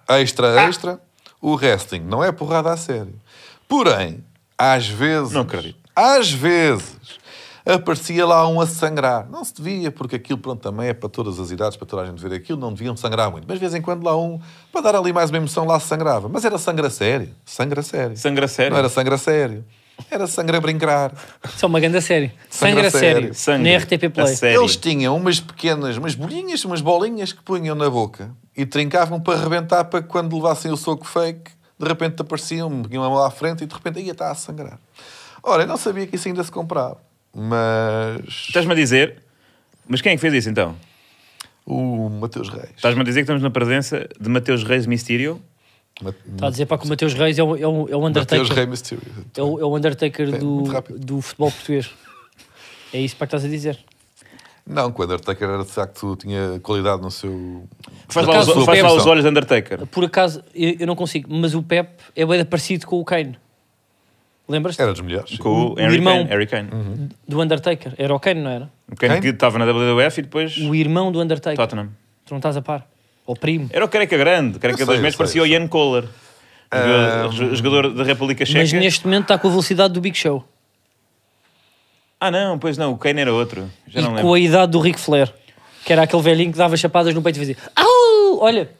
S1: Ah,
S3: extra, extra, o wrestling não é porrada a sério. Porém, às vezes,
S1: Não acredito.
S3: às vezes, aparecia lá um a sangrar. Não se devia, porque aquilo pronto, também é para todas as idades, para toda a gente ver aquilo, não deviam sangrar muito. Mas de vez em quando lá um, para dar ali mais uma emoção, lá sangrava. Mas era sangra sério, sangra sério.
S1: Sangra sério?
S3: Não era sangra sério. Era sangra a brincar.
S2: Isso é uma grande série. Sangra
S3: Sangra
S2: série.
S3: sério.
S1: sangue.
S2: Na RTP
S1: A
S2: Play.
S1: sério.
S3: Eles tinham umas pequenas, umas bolinhas, umas bolinhas que punham na boca e trincavam para arrebentar para que quando levassem o soco fake, de repente apareciam, tinham a mão à frente e de repente ia está a sangrar. Ora, eu não sabia que isso ainda se comprava, mas
S1: Estás-me a dizer. Mas quem é que fez isso então?
S3: o Mateus Reis.
S2: Tá.
S1: Estás-me a dizer que estamos na presença de Mateus Reis Mysterio?
S3: Mate-
S2: Está a dizer pá, que o Mateus Reis é o, é o, é o
S3: Mateus
S2: Undertaker,
S3: Reis Mysterio.
S2: é o, é o undertaker
S3: É,
S2: do,
S3: muito rápido.
S2: do futebol português. É isso para que estás a dizer.
S3: Não, que o Undertaker era de facto, tinha qualidade no seu.
S1: Faz
S3: na
S1: lá, os,
S3: sua
S2: acaso, o
S1: faz lá
S3: profissão.
S1: os olhos de Undertaker.
S2: Por acaso, eu, eu não consigo, mas o Pep é bem parecido com o Kane. Lembras-te?
S3: Era dos melhores. sim.
S1: Com o
S2: o
S1: Henry
S2: irmão-
S1: Kane. Harry Kane.
S3: Uhum.
S2: Do Undertaker. Era o Kane, não era?
S1: O Kane
S3: Quem?
S1: que estava na WWF e depois
S2: O irmão do Undertaker.
S1: Tottenham.
S2: Tu não estás a par. Ou primo.
S3: É,
S1: Era o careca grande. Careca
S3: Eu
S1: dois
S3: sei,
S1: meses
S3: eu
S1: parecia
S3: sei,
S1: o Ian Kohler.
S3: Ah,
S1: Jogador- Jogador da República Checa.
S2: Mas neste momento está com a velocidade do Big Show.
S1: Ah, não, pois não, o Kane era outro. Já
S2: e
S1: não
S2: com
S1: lembro.
S2: a idade do Ric Flair, que era aquele velhinho que dava chapadas no peito e fazia Au! Olha,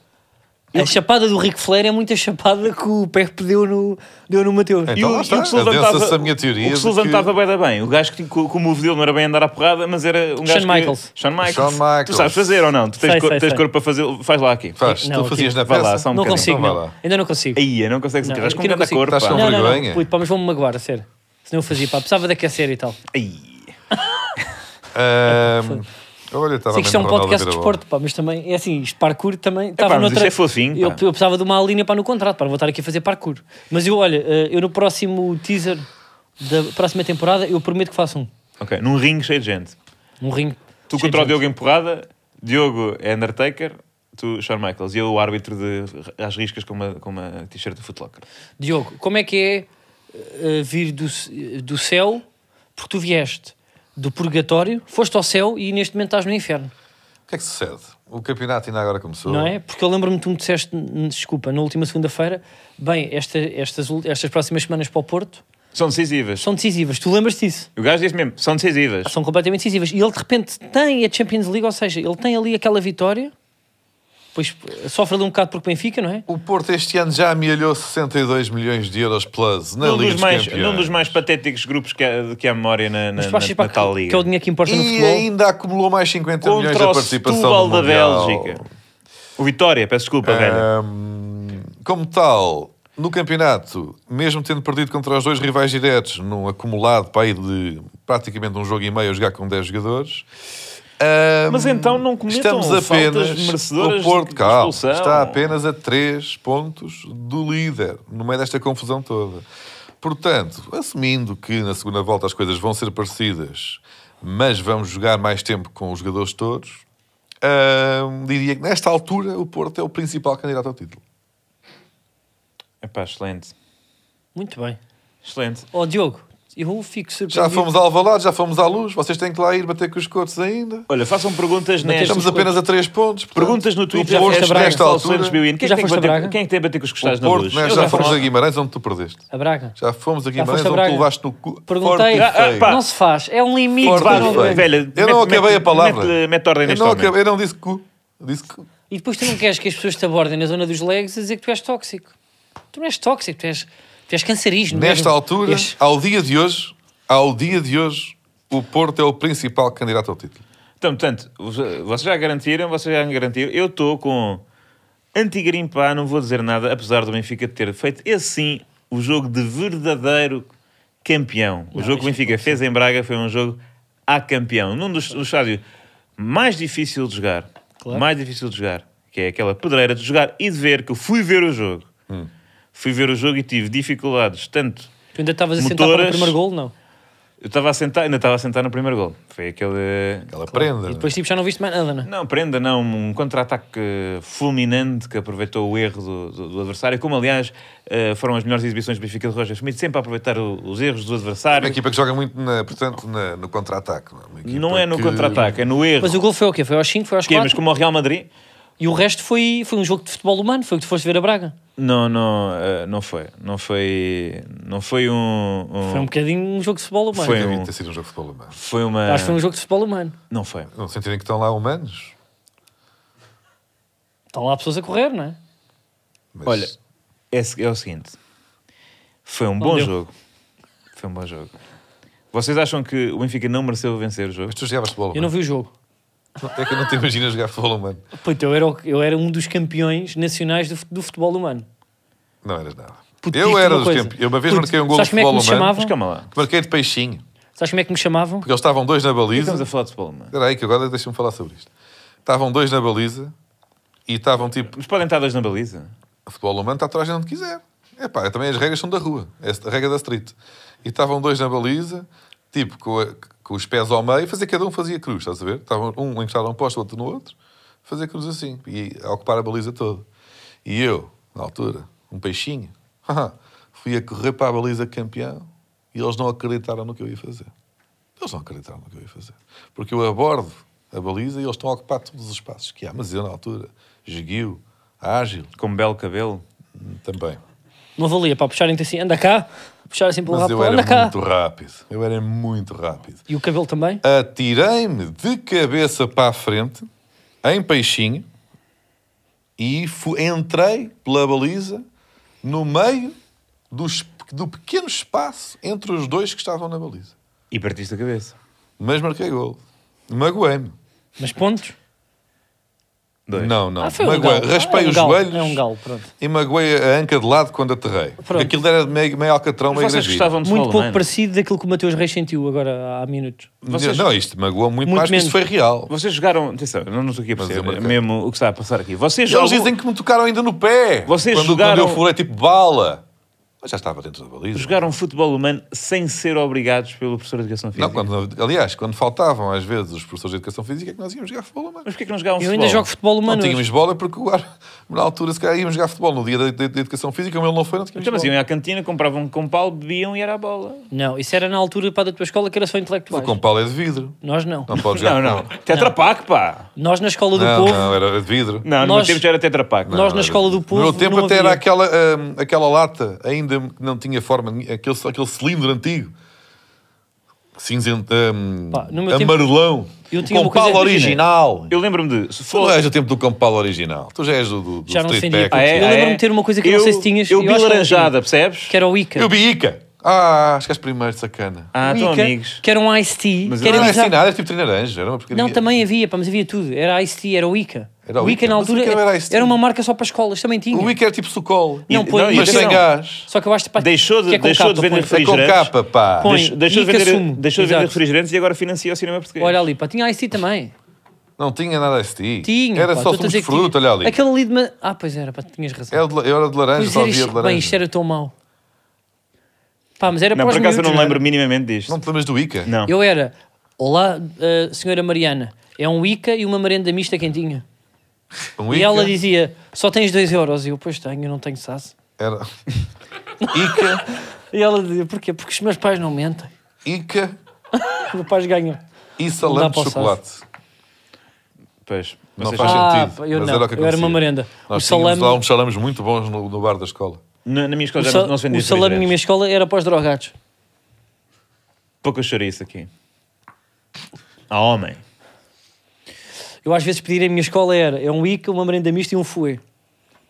S2: a chapada do Ric Flair é muita chapada que o Pepe deu no, deu no Mateus.
S3: Então, lá está, adensa-se a minha teoria
S1: o que
S3: de
S1: Sullivan
S3: que-
S1: estava bem da bem. O gajo que, que, que o move dele não era bem andar à porrada, mas era um gajo.
S2: Shawn Michaels.
S1: Que... Shawn Michaels.
S3: Shawn Michaels.
S1: Tu sabes fazer ou não? Tu tens,
S2: Sei,
S1: cor-
S2: sei,
S1: tens
S2: sei.
S1: corpo para fazer. Faz lá aqui.
S3: Faz,
S2: Não,
S3: tu fazias
S2: aqui-
S3: na
S1: Vai
S3: peça.
S1: lá, só um
S2: não
S1: bocadinho.
S2: consigo,
S3: Então vá
S2: não.
S3: lá.
S2: ainda não consigo.
S1: Aí, eu não consegue
S2: Não,
S1: Estás
S2: aqui
S1: com
S2: não
S1: cada
S2: consigo.
S1: corpo.
S3: Estás
S1: um pá.
S2: não,
S3: com-
S2: não,
S3: vergonha.
S2: não, puto, pá, mas vão-me magoar, a sério. Senão eu fazia, pá, precisava de aquecer e tal.
S1: Aí.
S3: Ahm, Olha, estava
S2: Sei que isto é
S3: mesmo
S2: um
S3: Ronaldo
S2: podcast de
S3: Virabola.
S2: desporto, pá, mas também é assim, isto parkour também. estava
S1: mas
S2: noutra-
S1: isto é fofinho, pá.
S2: Eu, eu precisava de uma linha para no contrato, para voltar aqui a fazer parkour. Mas eu, olha, eh, eu no próximo teaser da próxima temporada, eu prometo que faço um.
S1: Ok, num ringue cheio de gente.
S2: Um ringue.
S1: Tu
S2: cheio
S1: contra o
S2: de gente.
S1: Diogo em porrada, Diogo é Undertaker, tu Shawn Michaels. E eu o árbitro de às riscas com uma, com uma t-shirt do Footlocker.
S2: Diogo, como é que é eh, vir do, c- do céu, porque tu vieste do purgatório, foste ao céu e neste momento estás no inferno,
S3: O que é que sucede? O campeonato ainda agora começou.
S2: não é? Porque eu lembro-me que tu me disseste, n- desculpa, na última segunda-feira, bem, esta, estas, ul- estas próximas semanas para o Porto
S1: São decisivas.
S2: são decisivas, tu lembras disso?
S1: O gajo disse mesmo, são decisivas.
S2: São completamente decisivas. E ele de repente tem a Champions League, ou seja, ele tem ali aquela vitória, pois eh, sofre ali um bocado porque Benfica, não é?
S3: O Porto este ano já amealhou 62 milhões de euros plus na
S1: Num
S3: é Liga
S1: dos,
S3: dos
S1: mais,
S3: Campeões.
S1: num dos mais patéticos grupos que há, de que há memória na, na,
S2: Mas tu
S1: na,
S2: achas
S1: na
S2: pá,
S1: tal
S2: que,
S1: liga.
S2: que é o dinheiro que importa no
S3: E
S2: futebol?
S3: ainda acumulou mais 50 milhões
S1: Contra
S3: da
S1: o
S3: participação
S1: Setúbal
S3: no
S1: da
S3: Mundial. Ah.
S1: Bélgica. O Vitória, peço desculpa, velho.
S3: Ahm, como tal, no campeonato, mesmo tendo perdido contra os dois rivais diretos, num acumulado para aí de praticamente um jogo e meio a jogar com 10 jogadores. ahm,
S1: Mas então não cometam
S3: estamos
S1: faltas
S3: apenas
S1: merecedoras
S3: o Porto,
S1: de
S3: calma,
S1: expulsão.
S3: está apenas a 3 pontos do líder no meio desta confusão toda. Portanto, assumindo que na segunda volta as coisas vão ser parecidas, mas vamos jogar mais tempo com os jogadores todos, ahm, diria que nesta altura o Porto é o principal candidato ao título.
S1: Epá, excelente.
S2: Muito bem.
S1: Excelente.
S2: Ó Diogo, eu fico surpreendido.
S3: Já fomos ao Alvalade, já fomos à luz, vocês têm que lá ir bater com os cotos ainda.
S1: Olha, façam perguntas nestas.
S3: Estamos apenas a 3 pontos. portanto,
S1: Perguntas no Twitter.
S3: o Porto,
S2: foste a Braga?
S3: nesta
S1: Paulo
S3: altura,
S1: Santos Biuíno, Quem, é
S2: Já
S1: que tem que
S2: foste a
S1: bater-
S2: Braga?
S1: quem é que tem a bater com os costados
S3: o
S1: na
S3: Porto
S1: luz?
S3: né,
S1: Eu
S3: já
S1: falo-
S3: fomos a Guimarães onde tu perdeste.
S2: A Braga.
S3: Já fomos a
S2: foste
S3: Guimarães
S2: a
S3: onde
S2: Braga.
S3: tu levaste no cu.
S2: Perguntei.
S1: Ah, ah, pá.
S2: Não se faz. É um limite.
S3: Forte
S2: que não
S3: feio.
S2: vem.
S1: velho,
S3: Eu
S1: mete-
S3: não acabei
S1: mete-
S3: a palavra.
S1: mete- mete ordem
S3: eu,
S1: neste
S3: não
S1: homem.
S3: acabei- eu não disse cu. Disse cu.
S2: E depois tu não queres que as pessoas te abordem na zona dos legs a dizer que tu és tóxico. Tu não és tóxico, tu és, tu és um cancerígeno.
S3: Nesta
S2: mesmo.
S3: altura,
S2: És-
S3: ao dia de hoje, ao dia de hoje, o Porto é o principal candidato ao título.
S1: Então, portanto, vos- vocês já garantiram, vocês já garantiram. Eu estou com anti-grimpar, não vou dizer nada, apesar do Benfica ter feito, esse sim, o jogo de verdadeiro campeão. O jogo que o Benfica fez em Braga foi um jogo a campeão. Num dos do estádio mais difícil de jogar,
S2: Claro.
S1: mais difícil de jogar, que é aquela pedreira de jogar e de ver, que eu fui ver o jogo. Fui ver o jogo e tive dificuldades, tanto
S2: Tu ainda estavas a sentar para o
S1: Motoras.
S2: primeiro gol, não.
S1: eu estava a sentar, ainda estava a sentar no primeiro gol. Foi aquele
S3: Aquela prenda.
S2: E depois tipo, já não viste mais nada, não é?
S1: Não, prenda não. Um contra-ataque eh, fulminante que aproveitou o erro do, do- do adversário, como aliás eh, foram as melhores exibições do Benfica de Roger Schmidt, sempre a aproveitar o- os erros do
S3: Uma
S1: adversário.
S3: equipa que joga muito, na- portanto, na- no contra-ataque. Não, é? Uma equipa
S1: Não é no
S3: que-
S1: contra-ataque, é no erro.
S2: Mas o gol foi o quê? Foi aos 5, foi aos
S1: Que é, mas
S2: 4.
S1: como o Real Madrid,
S2: E o resto foi, foi um jogo de futebol humano. Foi o que tu foste ver a Braga.
S1: não, não, eh, não foi. Não foi, não foi um... um-
S2: Foi um bocadinho um jogo de futebol humano.
S1: Foi.
S3: Deve
S1: um-
S3: ter sido um jogo de futebol humano.
S1: foi uma...
S2: Acho que foi um jogo de futebol humano.
S1: Não foi.
S3: Não sentirem que estão lá humanos.
S2: Estão lá pessoas a correr, não é?
S3: Mas
S1: Olha, é, se- é o seguinte. Foi um bom
S2: deu.
S1: jogo. Foi um bom jogo. Vocês acham que o Benfica não mereceu vencer o jogo?
S3: Mas tu jogavas futebol
S2: Eu
S3: humano.
S2: não vi o jogo.
S3: É que eu não te imagino jogar futebol humano.
S2: Puta, eu era, o- eu era um dos campeões nacionais do, fu- do futebol humano.
S3: Não eras nada.
S2: Puto,
S3: eu
S2: digo-te
S3: era
S2: uma
S3: dos
S2: coisa.
S3: tempos. Eu uma vez
S2: Puto,
S3: marquei um gol de
S2: sabes como é que
S3: futebol
S2: me
S3: humano.
S2: chamavam?
S1: Mas calma lá.
S3: que Marquei de peixinho.
S2: Sabes como é que me chamavam?
S3: Porque eles estavam dois na baliza.
S1: Estamos a falar de futebol, é? mano.
S3: Espera aí, que agora deixa-me falar sobre isto. Estavam dois na baliza e estavam tipo,
S1: Mas podem estar dois na baliza.
S3: futebol humano está atrás de onde quiser. É pá, também as regras são da rua, é a regra da street. E estavam dois na baliza, tipo, com, a- com os pés ao meio, fazer cada um fazia cruz, estás a ver? Estavam um encostado a um posto, outro no outro, fazer cruz assim, e a ocupar a baliza toda. E eu, na altura, um peixinho, fui a correr para a baliza campeão e eles não acreditaram no que eu ia fazer. Eles não acreditaram no que eu ia fazer. Porque eu abordo a baliza e eles estão a ocupar todos os espaços que há. Mas eu, na altura, joguio, ágil,
S1: Com belo cabelo.
S3: também.
S2: Não valia para puxarem-te assim, anda cá, puxar assim pelo
S3: Mas
S2: rabo.
S3: eu era
S2: Anda cá.
S3: muito rápido. Eu era muito rápido.
S2: E o cabelo também?
S3: Atirei-me de cabeça para a frente, em peixinho, e fu- entrei pela baliza no meio dos- do pequeno espaço entre os dois que estavam na baliza.
S1: E partiste a cabeça.
S3: Mas marquei gol. Magoei-me.
S2: Mas pontos?
S1: Dois.
S3: Não, não.
S2: Ah, foi um
S3: Magoei.
S2: galo.
S3: Raspei
S2: Ah, é um
S3: os
S2: galo.
S3: joelhos
S2: É um galo, pronto.
S3: e magoei a anca de lado quando aterrei. Porque Aquilo era meio, meio alcatrão, meio
S1: Mas vocês
S3: gravilha.
S1: gostavam de
S2: Muito pouco
S1: Smallman?
S2: parecido daquilo que o Mateus Reis sentiu agora há minutos.
S1: vocês-
S3: Não, isto magoou muito,
S2: Muito
S3: mais, porque isso foi
S2: menos.
S3: real.
S1: Vocês jogaram... Atenção, eu não estou aqui a
S3: Mas eu
S1: perceber
S3: marquei.
S1: mesmo o que está a passar aqui. Vocês
S3: E Eles dizem que me tocaram ainda no pé.
S1: Vocês
S3: quando,
S1: jogaram-
S3: quando eu furei tipo bala. Mas já estava dentro da baliza.
S1: jogaram futebol humano sem ser obrigados pelo professor de Educação Física.
S3: Não, quando, aliás, quando faltavam às vezes os professores de educação física, é que nós íamos jogar futebol, mano.
S1: Mas porquê que não jogavam
S2: Eu
S1: futebol?
S2: ainda jogo futebol
S3: Não
S2: humano.
S3: tínhamos bola porque o ar- na altura se calhar íamos jogar futebol no dia da, da- da educação física, como ele não foi, não tínhamos
S1: Então, mas
S3: bola.
S1: iam à cantina, compravam um compal, bebiam e era a bola.
S2: Não, isso era na altura para da tua escola que era só intelectuais.
S3: Com pala é de vidro.
S2: Nós não.
S3: Não pode jogar
S1: Não, não.
S3: com-
S1: Tetrapac, pá.
S2: Nós na escola do
S3: Não,
S2: povo,
S3: não, era de vidro.
S1: Não, no meu
S2: Nós-
S1: tempo já era tetrapac.
S2: nós na escola do
S3: No
S2: povo.
S3: meu tempo
S2: não
S3: até era
S2: havia.
S3: aquela, hum, aquela lata, ainda que não tinha forma, nenhuma, aquele, aquele cilindro antigo. Cinzento, hum,
S2: Pá, no meu tempo-
S3: amarelão.
S2: eu tinha
S3: com
S2: uma coisa
S3: pala
S2: que imagina.
S3: original.
S1: Eu lembro-me de... Se
S3: Tu não é
S1: for...
S3: és do tempo do Campal original. Tu já és do, do, do
S2: Já não
S3: Street
S2: defendia.
S3: Pack.
S2: Ah, é? Eu lembro-me de ter uma coisa que eu não sei se tinhas,
S1: Eu
S2: eu
S1: vi
S2: acho que não
S1: laranjada, percebes?
S2: Que era o Ica.
S3: Eu vi Ica. Ah, acho que és primeiro, sacana.
S1: Ah,
S2: O
S1: estão
S2: Ica,
S1: amigos.
S2: Que era um Ice-T.
S1: Mas
S2: que era
S3: não era assim
S2: bizarro.
S3: nada, era tipo trinaranjo. Era uma porcaria.
S2: Não, também havia, pá, mas havia tudo. Era Ice-T, era o Ica.
S3: Era o
S2: o Ica,
S3: Ica,
S2: na
S3: mas o
S2: altura
S3: que era Ice-T?
S2: era uma marca só para escolas, também tinha.
S3: O Ica era tipo Sucol.
S2: Não,
S1: E-
S2: põe
S1: não, e
S3: mas sem
S1: atenção.
S3: gás.
S2: Só que eu acho que
S1: Deixou de-
S2: que é com
S1: deixou de
S2: capa,
S1: vender
S2: põe.
S3: É com
S1: Refrigerantes.
S3: capa, pá.
S2: Põe.
S1: Deixou, deixou de
S2: Ica
S1: vender,
S2: sumo.
S1: deixou de vender
S2: Exato.
S1: refrigerantes e agora financia o cinema português.
S2: Olha ali, pá, tinha Ice-T também.
S3: Não tinha nada desse ti.
S2: Tinha.
S3: Era
S2: pá, estou
S3: só
S2: a
S3: sumo
S2: dizer
S3: de
S2: que
S3: fruta,
S2: tinha.
S3: olha ali.
S2: Aquele ali de. ma- Ah, pois era, pá, tinhas razão.
S3: Era de- Eu era de laranja,
S2: Pois
S3: só
S2: era
S3: havia
S2: isto,
S3: de
S2: bem, isto
S3: laranja.
S2: era tão mau. Pá, mas era
S1: não,
S2: para
S1: por
S2: os
S1: acaso eu
S2: miúdos,
S1: não
S2: era?
S1: lembro minimamente disto.
S3: Não te lembras do Ica?
S1: Não.
S2: Eu era, olá, eh, senhora Mariana, é um Ica e uma merenda mista quentinha.
S3: Um
S2: E
S3: Ica
S2: ela dizia, só tens 2 euros. E eu, pois tenho, eu não tenho sasso.
S3: Era... Ica,
S2: E ela dizia, porquê? Porque os meus pais não mentem.
S3: Ica
S2: Os meus pais ganham.
S3: e
S2: Não
S3: salame
S2: dá para
S3: de
S2: o
S3: chocolate.
S1: Pois,
S3: Não
S1: vocês-
S3: faz
S2: Ah,
S3: sentido.
S2: pá, eu
S3: mas
S2: não.
S3: era o que
S2: Eu era uma
S3: acontecia.
S2: merenda.
S3: Nós
S2: O
S3: tínhamos
S2: salame-
S3: lá uns salames muito bons no, no bar da escola.
S1: na, na minha
S2: O,
S1: escola já
S2: sal-
S1: não se vendia
S2: o salame na minha
S1: refrigerantes.
S2: escola era para os drogados. é
S1: Pouca chouriça aqui. A homem.
S2: Eu às vezes pedir a minha escola era, é um Ica, uma merenda mista e um fuê.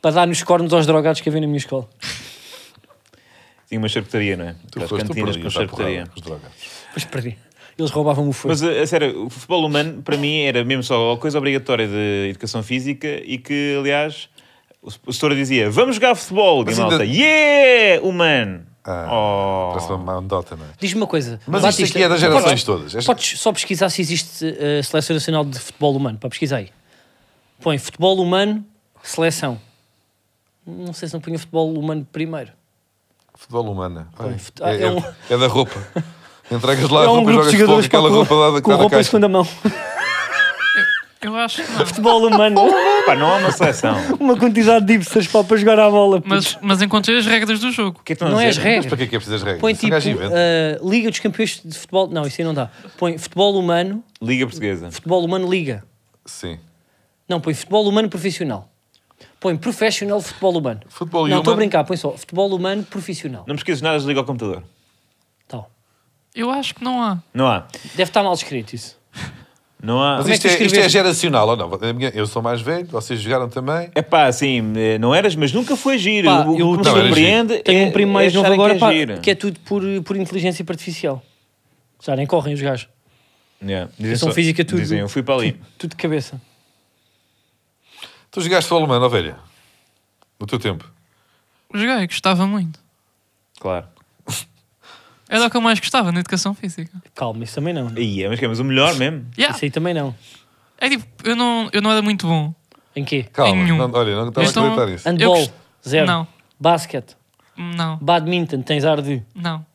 S2: Para dar nos cornos aos drogados que havia na minha escola.
S1: Tinha uma charcutaria, não é? Aquelas
S3: tu
S1: cantinas com
S3: perdias à
S1: charcutaria.
S3: porrada com os drogados.
S2: Depois perdi. Eles roubavam-me o fuê.
S1: Mas, a, a sério, o futebol humano, para mim, era mesmo só a coisa obrigatória de educação física e que, aliás, o o setor dizia, vamos jogar futebol, e a
S3: Mas
S1: malta,
S3: ainda-
S1: yeah, humano.
S3: Ah,
S1: Oh.
S3: Parece uma andota, não é?
S2: Diz-me uma coisa.
S3: Mas isto aqui é das
S2: podes-
S3: gerações todas. Esta-
S2: Podes só pesquisar se existe a seleção nacional de futebol humano. Para pesquisar aí. Põe futebol humano, seleção. Não sei se não punha futebol humano primeiro.
S3: Futebol humana. Ai,
S2: fute-
S3: É,
S2: é
S3: é-
S2: um-
S3: é da roupa. Entregas lá a
S2: é um
S3: roupa e
S2: grupo
S3: jogas
S2: de
S3: futebol com
S2: jogadores
S3: aquela
S2: pá,
S3: roupa lá da
S2: com
S3: cara
S2: roupa em
S3: caixa.
S2: segunda mão.
S4: Eu acho que não.
S2: futebol humano.
S1: Pá, não há uma seleção.
S2: uma quantidade de hipsters pá, para jogar à bola. puto.
S4: Mas, mas encontrei as regras do jogo.
S1: Que estão a
S2: não é
S1: dizer?
S2: as
S3: Mas para
S2: regras.
S3: que é que é preciso as regras?
S2: Põe
S3: Isso um
S2: tipo
S3: gajo inventa.
S2: eh, Liga dos Campeões de Futebol. Não, isso aí não dá. Põe futebol humano,
S1: Liga Portuguesa.
S2: futebol humano, liga.
S3: Sim.
S2: Não, põe futebol humano profissional. Põe professional futebol humano.
S3: Futebol
S2: não, estou a
S3: humano.
S2: brincar, põe só futebol humano profissional.
S1: Não pesquises nada, desliga o computador.
S2: Tal.
S4: Eu acho que não há.
S1: Não há.
S2: Deve estar mal escrito isso.
S1: Não há.
S3: Mas
S2: Como é
S3: isto
S2: que
S3: é,
S2: tu
S3: isto é
S2: escreveste?
S3: geracional, ou não? A minha- Eu sou mais velho, vocês jogaram também.
S1: É pá, assim, eh, não eras, mas nunca foi giro.
S2: Pá,
S1: o que
S2: eu
S1: me
S2: tenho-
S1: surpreende
S2: Tenho
S1: é,
S2: um primo mais
S1: é
S2: novo
S1: acharem
S2: agora,
S1: que é
S2: pá,
S1: giro.
S2: que é tudo por, por inteligência artificial. Já nem correm os gajos.
S1: Yeah, dizem
S2: Educação física, tudo.
S1: Dizem, eu fui para ali.
S2: Tudo de cabeça.
S3: Tu jogaste futebol humano, ovelha? No teu tempo?
S4: Joguei, gostava muito.
S1: Claro.
S4: Era o que eu mais gostava na educação física.
S2: Calma, isso também não. né?
S1: Aí é, mas, que é, mas o melhor mesmo.
S4: Yeah.
S2: Isso aí também não.
S4: É tipo, eu não, eu não era muito bom.
S2: Em quê?
S3: Calma,
S4: Nenhum.
S3: não, olha, não estava
S4: Então,
S3: a acreditar nisso.
S2: Handball,
S4: gost-
S2: zero.
S4: Não.
S2: Basquete,
S4: Não,
S2: badminton, tens ar de.
S4: não.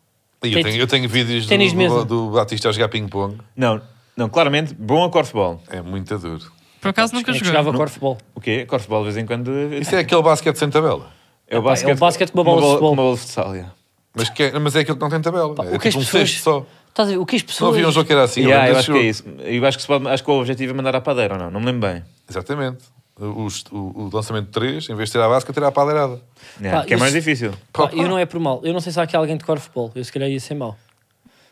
S3: E Eu
S2: tens-
S3: tenho, eu tenho vídeos do,
S2: ténis de
S3: do,
S2: mesa.
S3: do Batista a jogar ping-pong.
S1: Não, não, claramente, bom a corfball.
S3: É muito duro.
S4: Por acaso nunca
S2: Quem é que
S4: joguei.
S2: jogava corfball?
S1: O quê? Corfball de vez em quando.
S3: Isso é aquele basquete sem tabela.
S1: É o
S2: Epá,
S1: basquete,
S2: é o basquete com uma bola de futebol.
S1: Uma bola de futsal, yeah.
S3: Mas, que é, mas é aquele que não tem tabela.
S2: Pá,
S3: é
S2: o que as
S3: tipo um
S2: pessoas.
S3: cesto só.
S2: Estás a ver? O que as
S3: Não
S2: pessoas.
S3: havia um jogo que era assim. eu
S1: Yeah,
S3: lembro
S1: eu
S3: desse
S1: acho que é
S3: jogo.
S1: isso. Eu acho que, se pode, acho que o objetivo é mandar à padeira ou não, não me lembro bem.
S3: Exatamente. os- o, o lançamento 3, em vez de tirar a basca, tirar a padeirada.
S1: Yeah,
S2: Pá,
S1: que é
S2: isso-
S1: mais difícil.
S2: Pá, eu não é por mal. Eu não sei se há aqui alguém de corfball. Eu se calhar ia ser mau.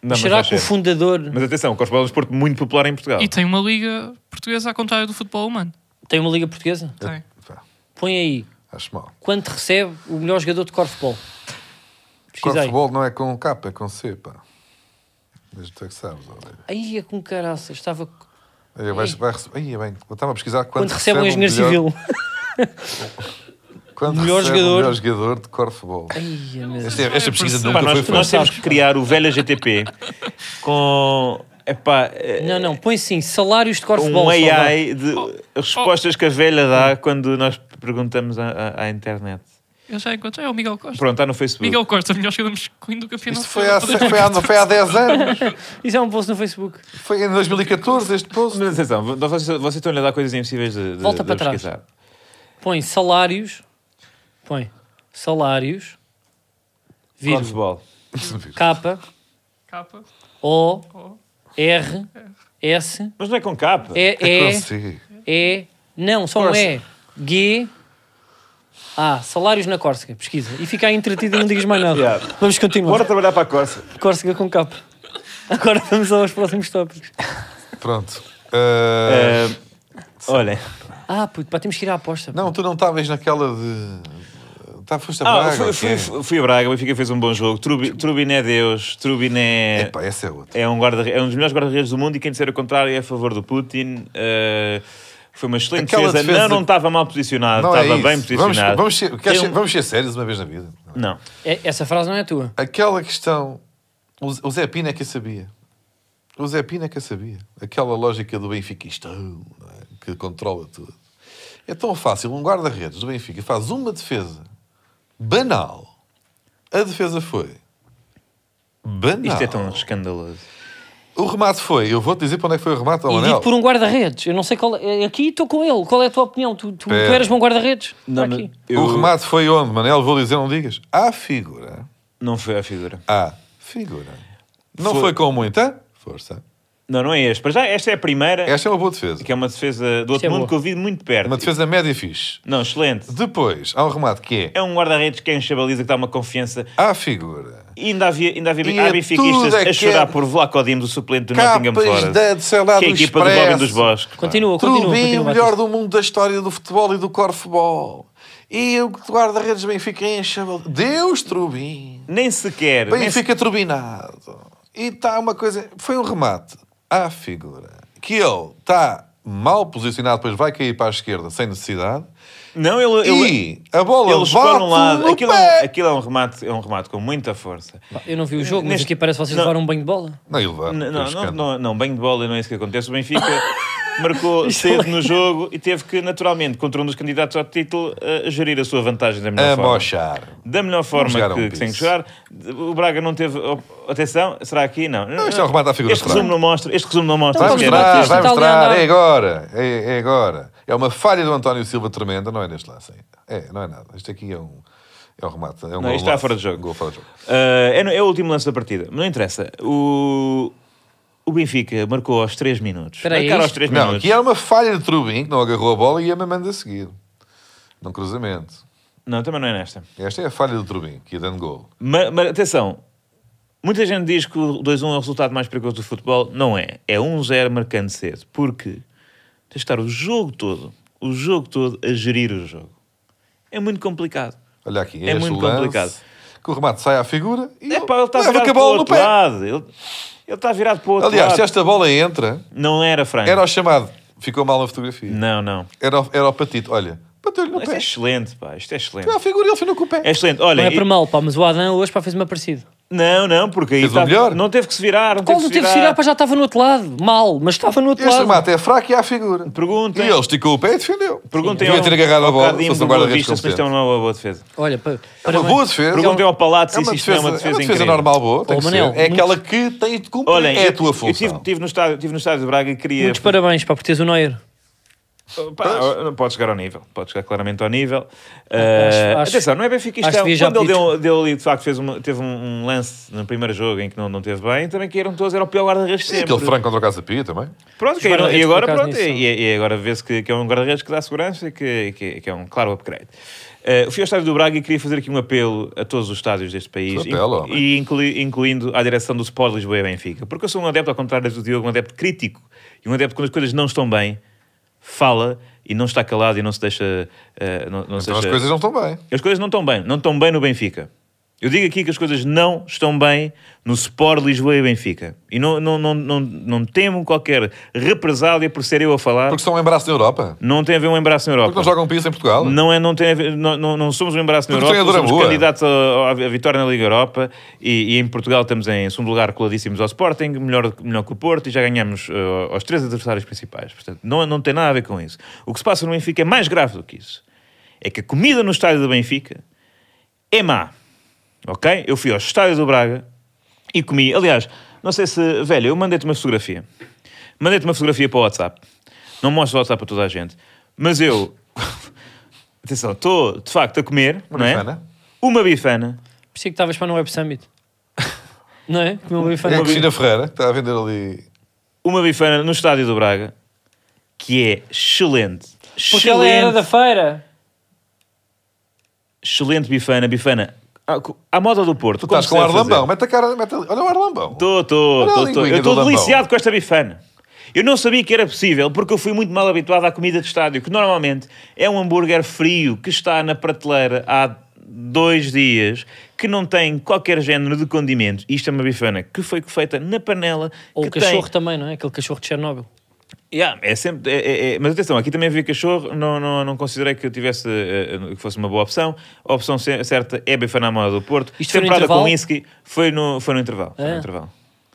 S1: Não,
S2: Mas será
S1: vai
S2: que o
S1: ser.
S2: fundador
S1: Mas atenção, o corfball é um desporto muito popular em Portugal.
S4: E tem uma liga portuguesa ao contrário do futebol humano.
S2: tem uma liga portuguesa?
S4: Tem.
S3: Pá,
S2: Põe aí.
S3: acho mal.
S2: Quanto recebe o melhor jogador de corfball? Pesquisa aí.
S3: Corfball não é com K, é com C, pá. Mas tu é que sabes, olha.
S2: Aí é com caraças. Estava...
S3: Aí vai, vai rece- aí, é bem, eu estava a pesquisar quanto
S2: Quando recebe um
S3: recebe
S2: engenheiro
S3: melhor-
S2: civil.
S3: Quando
S2: Melhor
S3: recebe o
S2: jogador.
S3: melhor jogador de corfball.
S2: Ai, meu Deus.
S3: Esta, esta pesquisa
S1: Pá,
S3: nunca foi
S1: nós,
S3: feita.
S1: nós temos que criar o velha GTP com. Epá, eh,
S2: Não, não. Põe sim. Salários de corfball.
S1: um
S2: só dá.
S1: AI de
S3: Oh,
S1: respostas que a velha dá quando nós perguntamos à, à- à internet.
S4: Eu já encontrei. É o Miguel Costa.
S1: Pronto, está no Facebook.
S4: Miguel Costa, melhor jogador masculino do campeonato.
S3: Isto foi há, foi, há, foi há 10 anos.
S2: Isso é um post no Facebook.
S3: Foi em 2014 este post.
S1: Mas atenção, vo- vocês, vocês estão a lhe dar coisas impossíveis de, de,
S2: Volta
S1: de
S2: para trás.
S1: pesquisar.
S2: Põe salários. Põe salários. Vírgula.
S1: Corfball.
S2: Capa.
S4: Capa.
S2: O.
S4: O.
S2: R. S.
S1: Mas não é com capa.
S2: E.
S3: É
S2: E.
S3: com C.
S2: E. Não, só um
S1: Corsa.
S2: E. G. Ah, salários na Córsega. Pesquisa. E fica aí entretido e não digas mais nada.
S1: Yeah.
S2: Vamos continuar.
S1: Bora trabalhar para a Corsa.
S2: Córsega com capa. Agora vamos aos próximos tópicos.
S3: Pronto. Ah,
S1: Eh, olhem.
S2: Ah, puto, pá, temos que ir à aposta.
S3: Não, tu não estavas naquela de. Tá, foste a
S1: Ah,
S3: Braga,
S1: fui,
S3: ou quê?
S1: fui, fui a Braga, o Benfica fez um bom jogo. Trubi, Trubiné é Deus, Trubiné
S3: Epá, essa é outra.
S1: é um, guarda, é um dos melhores guarda-redes do mundo e quem disser o contrário é a favor do Putin. Eh, foi uma excelente
S3: Aquela
S1: defesa.
S3: defesa-
S1: Não, não estava mal posicionado,
S3: Não é
S1: estava
S3: isso.
S1: bem
S3: vamos,
S1: posicionado.
S3: vamos, ser, queres
S1: Tem
S3: ser-
S1: um-
S3: vamos ser sérios uma vez na vida.
S1: Não.
S2: É- Essa frase não é tua.
S3: Aquela questão. O Z- o Zé Pina é que a sabia. O Zé Pina é que a sabia. Aquela lógica do benfiquistão não é? que controla tudo. É tão fácil. Um guarda-redes do Benfica faz uma defesa banal. A defesa foi banal.
S1: Isto é tão escandaloso.
S3: O remate foi. Eu vou-te dizer para onde é que foi o remate,
S2: E
S3: Manel.
S2: dito por um guarda-redes. Eu não sei qual é. Aqui estou com ele. Qual é a tua opinião? Tu, tu, tu
S3: Pera.
S2: eras bom guarda-redes? Está
S1: mas
S2: aqui.
S1: eu-
S3: O remate foi onde, Manel? Vou dizer, não digas. À figura.
S1: Não foi a figura.
S3: À figura. Não
S1: Foi.
S3: foi, com muita força.
S1: Não, não é este. Para já, esta é a primeira,
S3: Esta é uma boa defesa.
S1: que é uma defesa do outro
S2: é
S1: mundo
S2: boa.
S1: que eu vi de muito perto.
S3: Uma defesa média fixe.
S1: Não, excelente.
S3: Depois, há um remate que é
S1: É um guarda-redes que enche a baliza, que dá uma confiança.
S3: à figura.
S1: E ainda havia, ainda havia
S3: E
S1: há
S3: é
S1: benfiquistas
S3: tudo
S1: a
S3: aquele-
S1: chorar por Vlaco Dimos, o suplente do Nottingham
S3: Capas
S1: Forest.
S3: da, sei lá,
S1: que é a
S3: do
S1: equipa do Robin
S3: Expresso.
S1: dos Bosques. pá.
S2: Continua, continua.
S3: Trubin, o
S2: continua
S3: melhor
S2: Batista.
S3: do mundo da história do futebol e do corfball. E o guarda-redes do Benfica enche a bola. Deus, Trubin.
S1: Nem sequer. nem
S3: Benfica turbinado. E está uma coisa. Foi um remate à figura. Que ele está mal posicionado, depois vai cair para a esquerda sem necessidade.
S1: se- Não, ele. ele...
S3: e a bola
S1: Ele chegou
S3: bate
S1: num lado,
S3: no
S1: aquilo, é um,
S3: pé.
S1: aquilo é um remate, é um remate com muita força.
S2: Pá, Eu não vi o jogo, mas
S1: Neste-
S2: aqui parece que vocês
S1: Não.
S2: levaram um banho de bola.
S3: Não, ele vai.
S1: N- Não,
S3: depois
S1: não,
S3: escândalo.
S1: não, não, banho de bola não é isso que acontece. O Benfica marcou cedo no jogo e teve que, naturalmente, contra um dos candidatos ao título, a gerir a sua vantagem da melhor
S3: A
S1: forma.
S3: mochar.
S1: Da melhor forma
S3: jogar a um
S1: que, que
S3: piso.
S1: tem que jogar. O Braga não teve. op- Atenção, será aqui? Não.
S3: isto é um remate à figura
S1: Este
S3: do Braga.
S1: resumo não mostra. Este resumo não mostra.
S3: Vai
S2: Não,
S1: sequer.
S3: mostrar,
S2: Batista está
S3: vai
S2: ali a
S3: mostrar.
S2: andar.
S3: É agora. É, é agora. É uma falha do António Silva tremenda, não é neste lance. ainda. É, não é nada. Isto aqui é um. É um remate. É um
S1: Não,
S3: gol
S1: isto está
S3: lance.
S1: fora de jogo.
S3: Gol fora de jogo.
S1: Uh, é, no- é o último lance da partida. Mas não interessa. O, o Benfica marcou aos 3 minutos.
S2: Espera aí,
S1: Marcaram aos
S2: isto-
S1: 3
S3: Não,
S1: minutos.
S3: aqui era uma falha de Trubin que não agarrou a bola e ia mamando a seguir. Num cruzamento.
S1: Não, também não é nesta.
S3: Esta é a falha do Trubin, que ia dando gol.
S1: Ma- Mas, atenção, muita gente diz que o 2-1 é o resultado mais perigoso do futebol. Não é. É 1-0 marcando cedo. Porque tens de estar o jogo todo, o jogo todo, a gerir o jogo. É muito complicado.
S3: Olha aqui,
S1: É
S3: este
S1: muito
S3: lance,
S1: complicado.
S3: Que o remate sai à figura e
S1: É pá, ele está
S3: leva
S1: virado para
S3: com a
S1: o
S3: bola no
S1: outro
S3: pé.
S1: lado. Ele ele está virado para o outro
S3: Aliás, se
S1: lado.
S3: esta bola entra,
S1: Não era franco.
S3: era o chamado. Ficou mal na fotografia.
S1: Não, não.
S3: Era, o- era o patito. Olha, bateu-lhe no
S1: Isto é
S3: pé.
S1: excelente, pá. Isto é excelente.
S3: Foi à figura e ele finou com o pé.
S1: É excelente.
S2: Não
S1: Olha,
S2: é
S1: e-
S2: por mal, pá, mas o Adão hoje pá, fez uma parecida.
S1: não, não, porque aí
S3: Fez o
S1: tá-
S3: melhor.
S1: não teve que se virar. Não
S2: Qual
S1: teve
S2: não
S1: que se
S2: teve que
S1: virar.
S2: tirar, pá, já estava no outro lado. Mal, mas estava no outro
S3: Este
S2: lado.
S3: remate é fraco e há figura.
S1: Perguntem.
S3: E ele esticou o pé e defendeu.
S1: Perguntem
S3: Devia
S1: ao-
S3: ter agarrado a
S1: ao
S3: bola.
S1: Cadinho
S3: Se fosse
S1: do
S3: um
S1: Boa
S3: guarda-redes
S1: Vista se isto é
S3: competente.
S1: uma boa, boa defesa.
S2: Olha, pá,
S3: É uma
S2: parabéns.
S3: boa defesa.
S1: Perguntem ao Palácio
S3: É uma
S1: se isto não é uma defesa incrível.
S3: normal boa. tem que
S2: Oh, Manel,
S3: ser. É
S2: muito-
S3: aquela que tem de cumprir.
S1: Olhem,
S3: é
S1: eu-
S3: a tua
S1: Eu
S3: função.
S1: estive tive no, estádio- tive no estádio de Braga e queria.
S2: Muitos parabéns, pá, por teres o Neuer.
S1: Pá, pode chegar ao nível, pode chegar claramente ao nível.
S2: Acho-
S1: Ah,
S2: acho-
S1: atenção, não é Benfica
S2: acho que devia já
S1: Quando ele
S2: pedir.
S1: deu, deu ali, de facto, fez uma- teve um, um lance no primeiro jogo em que não, não teve bem, também que eram todos, era o pior guarda-redes
S3: E aquele
S1: sempre.
S3: frango contra o Casa é? Pia também.
S1: Pronto,
S2: Os
S1: que aí-
S2: guarda-redes,
S1: e agora,
S2: por acaso,
S1: pronto,
S2: nisso.
S1: e, e agora vê-se que, que é um guarda-redes que dá segurança e que, que, que é um claro upgrade. Eh, eu fui ao estádio do Braga e queria fazer aqui um apelo a todos os estádios deste país
S3: Que apelo,
S1: inclu- e inclui- incluindo à direção do Sport Lisboa e Benfica. Porque eu sou um adepto, ao contrário do Diogo, um adepto crítico e um adepto quando as coisas não estão bem, fala e não está calado e não se deixa. eh, não, não se
S3: Então as
S1: deixa-
S3: coisas não estão bem.
S1: as coisas não estão bem, não estão bem no Benfica. Eu digo aqui que as coisas não estão bem no Sport Lisboa e Benfica. E não, não, não, não, não temo qualquer represália por ser eu a falar.
S3: Porque são um braço na Europa.
S1: Não tem a ver um embaraço na
S3: Porque não
S1: Europa.
S3: jogam piso em Portugal.
S1: Não, é, não, tem a ver- não, não, não somos um embaraço na
S3: Porque o
S1: Europa,
S3: treinador é
S1: somos
S3: boa.
S1: candidatos à, à vitória na Liga Europa e, e em Portugal estamos em segundo lugar coladíssimos ao Sporting, melhor, melhor que o Porto e já ganhamos eh, aos três adversários principais. Portanto, não, não tem nada a ver com isso. O que se passa no Benfica é mais grave do que isso. É que a comida no estádio do Benfica é má. Ok? Eu fui ao estádio do Braga e comi. Aliás, não sei se. Velho, eu mandei-te uma fotografia. Mandei-te uma fotografia para o WhatsApp. Não mostro o WhatsApp para toda a gente. Mas eu. Atenção, estou de facto a comer.
S3: Uma
S1: não é?
S3: bifana.
S1: Uma bifana.
S2: Pensei que estavas para no Web Summit. Não é? Comeu uma
S3: É
S2: bifana.
S3: a Cristina Ferreira, que está a vender ali.
S1: Uma bifana no estádio do Braga. Que é excelente.
S2: Porque ela era da feira.
S1: excelente bifana. Bifana. à- À moda do Porto.
S3: Tu estás com o ar lambão. Mete a cara. Mete ali. Olha o ar lambão.
S1: Estou, estou,
S3: Olha a
S1: estou.
S3: linguinha
S1: Eu
S3: do
S1: estou
S3: Lambão.
S1: deliciado com esta bifana. Eu não sabia que era possível, porque eu fui muito mal habituado à comida de estádio, que normalmente é um hambúrguer frio que está na prateleira há dois dias, que não tem qualquer género de condimento. Isto é uma bifana que foi feita na panela.
S2: Ou o
S1: que
S2: cachorro
S1: Tem...
S2: também, não é? Aquele cachorro de Chernobyl.
S1: Yeah, é sempre, é- é- é- Mas atenção, aqui também havia cachorro, não, não, não considerei que eu tivesse eh, eh, que fosse uma boa opção. A opção ce- certa é a bifana à moda do Porto.
S2: Isto foi no
S1: Temperada
S2: intervalo?
S1: com whisky, foi no, foi no intervalo. Foi no
S2: Ah.
S1: intervalo.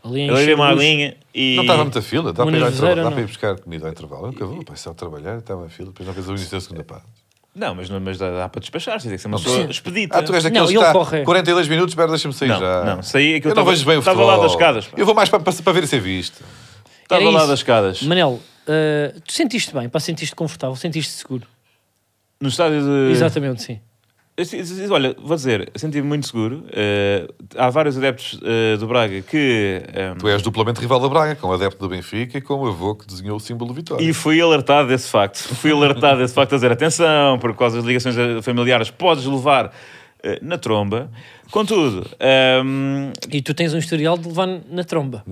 S2: Ali em
S1: Eu levei uma
S2: Chibus.
S1: aguinha e...
S3: Não estava muita fila, dá
S2: Uma
S3: para, ir ao
S2: nervoseira,
S3: intervalo, dá
S2: não.
S3: para ir buscar comida ao intervalo. Eu nunca vou, passei a trabalhar, estava em fila, depois não fez o início da segunda parte.
S1: Não, mas, não- mas dá, dá para despachar, tem que ser uma pessoa expedita.
S3: Ah, tu és
S2: Não,
S3: daqueles que
S2: ele
S3: está
S2: corre.
S3: 42 minutos, espera, deixa-me sair
S1: Não,
S3: já.
S1: não, saí, é aquilo
S3: eu não
S1: estava-
S3: vejo bem o
S1: estava
S3: futebol.
S1: lá das escadas, pá.
S3: Eu vou mais para, para, para ver ser visto.
S1: Estava
S2: Era
S1: lá
S2: isso.
S1: das escadas.
S2: Manel, eh, tu sentiste bem, pá, sentiste confortável, sentiste seguro.
S1: No estádio de...
S2: Exatamente, sim.
S1: Eu se- se- Olha, vou dizer, senti-me muito seguro. Eh, há vários adeptos eh, do Braga que... ehm,
S3: Tu és duplamente rival da Braga, como adepto do Benfica e como avô que desenhou o símbolo de vitória.
S1: E fui alertado desse facto. Fui alertado desse facto a dizer atenção, por causa das ligações eh, familiares podes levar eh, na tromba. Contudo, ehm,
S2: E tu tens um historial de levar na tromba,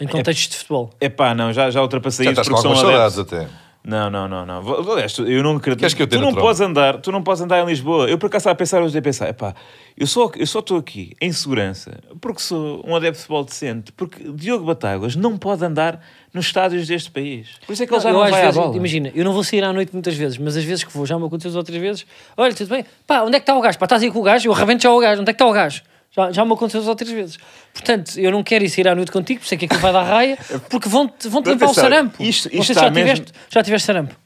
S2: em contextos de futebol.
S1: epá, não, já, já ultrapassei
S3: já
S1: isso
S3: estás com
S1: porque um são
S3: algumas
S1: adeptos.
S3: saudades até.
S1: Não, não, não, não. Vou- Aliás, tu- eu não acredito.
S3: Queres que eu te
S1: tu
S3: dê
S1: não
S3: na tromba?
S1: podes andar, tu não podes andar em Lisboa. Eu por acaso estava a pensar hoje a pensar, epá, eu só eu só estou aqui em segurança porque sou um adepto de futebol decente, porque Diogo Batáguas não pode andar nos estádios deste país. Por isso é que ele já
S2: eu
S1: não
S2: às
S1: vai à
S2: vezes,
S1: bola.
S2: imagina, eu não vou sair à noite muitas vezes, mas as vezes que vou, já me aconteceu outras vezes. Olha, tudo bem, pá, onde é que está o gajo? Pá, estás aí com o gajo? Eu arrebento já o gajo, onde é que está o gajo? Já, já me aconteceu outras vezes. Portanto, eu não quero ir sair à noite contigo, por isso é que aquilo vai dar raia, porque vão-te vão
S1: Mas
S2: limpar o
S1: atenção,
S2: sarampo.
S1: isto- isto
S2: não sei se
S1: está
S2: já tiveste, já tiveste sarampo.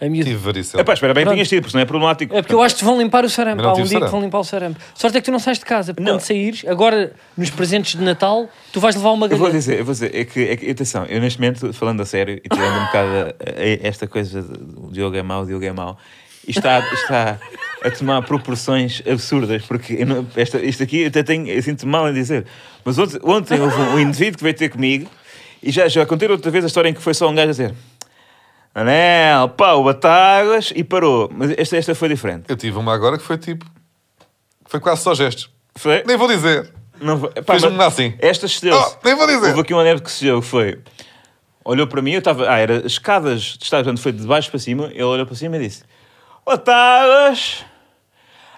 S2: A miúdo.
S3: Tive varicela.
S1: Epá, espera bem,
S2: Pronto.
S1: tinhas tido, porque não é problemático.
S2: É porque eu acho que te vão limpar o sarampo.
S3: Mas não
S2: Há um
S3: tive
S2: dia que
S3: sarampo.
S2: vão limpar o sarampo. Sorte é que tu não sais de casa, porque
S1: Não.
S2: quando saíres, agora nos presentes de Natal, tu vais levar uma
S1: Eu vou
S2: galheta.
S1: dizer, eu vou dizer, é que, é que- atenção, eu neste momento, falando a sério e tirando um bocado a- a- esta coisa de o Diogo é mau, o Diogo é mau, isto está, está a tomar proporções absurdas, porque eu não- esta, isto aqui eu até tenho, eu sinto mal em dizer, mas ontem, ontem houve um indivíduo que veio ter comigo e já, já contei outra vez a história em que foi só um gajo a dizer Anel, pá, o Batáguas e parou, mas esta, esta foi diferente.
S3: Eu tive uma agora que foi tipo. Foi quase só gestos.
S1: Foi?
S3: Nem vou dizer.
S1: Não, vou- pá,
S3: Fez-me
S1: mas
S3: assim.
S1: Esta cedeu-se.
S3: Ah, nem vou dizer.
S1: Houve aqui um adepto que cedeu, que foi. Olhou para mim, eu estava. Ah, era escadas de estádio, portanto foi de baixo para cima. Ele olhou para cima e disse: Otadas,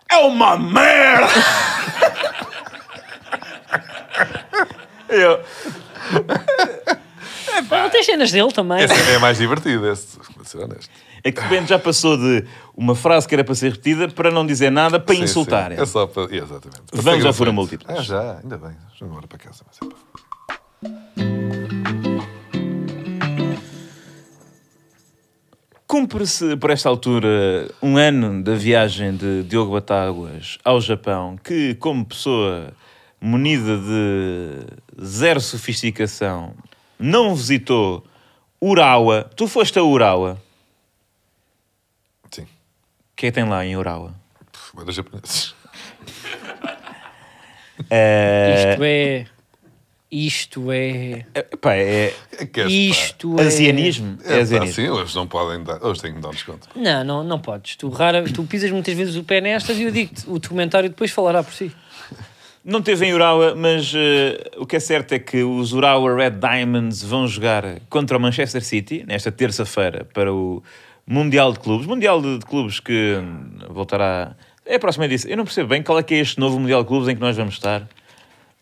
S1: é uma merda! eu.
S2: Não tens cenas dele também.
S3: Esse é mais divertido, esse, vou ser honesto.
S1: É que de repente já passou de uma frase que era para ser repetida para não dizer nada, para
S3: Sim,
S1: insultar.
S3: sim. É só para. yeah, Exatamente. Para
S1: Vamos
S3: ser
S1: ao
S3: gratuito.
S1: Fura Múltiplas.
S3: Ah, já, ainda bem. Vamos embora para casa. mas é pá.
S1: Cumpre-se, por esta altura, um ano da viagem de Diogo Batáguas ao Japão, que, como pessoa munida de zero sofisticação, não visitou Urawa. Tu foste a Urawa? O que é que tem lá em Urawa?
S3: Pff, era japoneses.
S1: Eh,
S2: Isto é. Isto é.
S1: eh, pá, é
S3: É que é, pá.
S2: Isto é.
S1: asianismo. É
S3: É, pá,
S1: asianismo.
S3: sim, eles não podem dar. Eles têm que dar um desconto.
S2: Não, não, não podes. Tu, rara, tu pisas muitas vezes o pé nestas e eu digo-te, o documentário depois falará por si.
S1: Não teve em Urawa, mas eh, o que é certo é que os Urawa Red Diamonds vão jogar contra o Manchester City nesta terça-feira para o Mundial de Clubes. Mundial de, de Clubes que hum, voltará. É a próxima edição. Eu não percebo bem qual é que é este novo Mundial de Clubes em que nós vamos estar,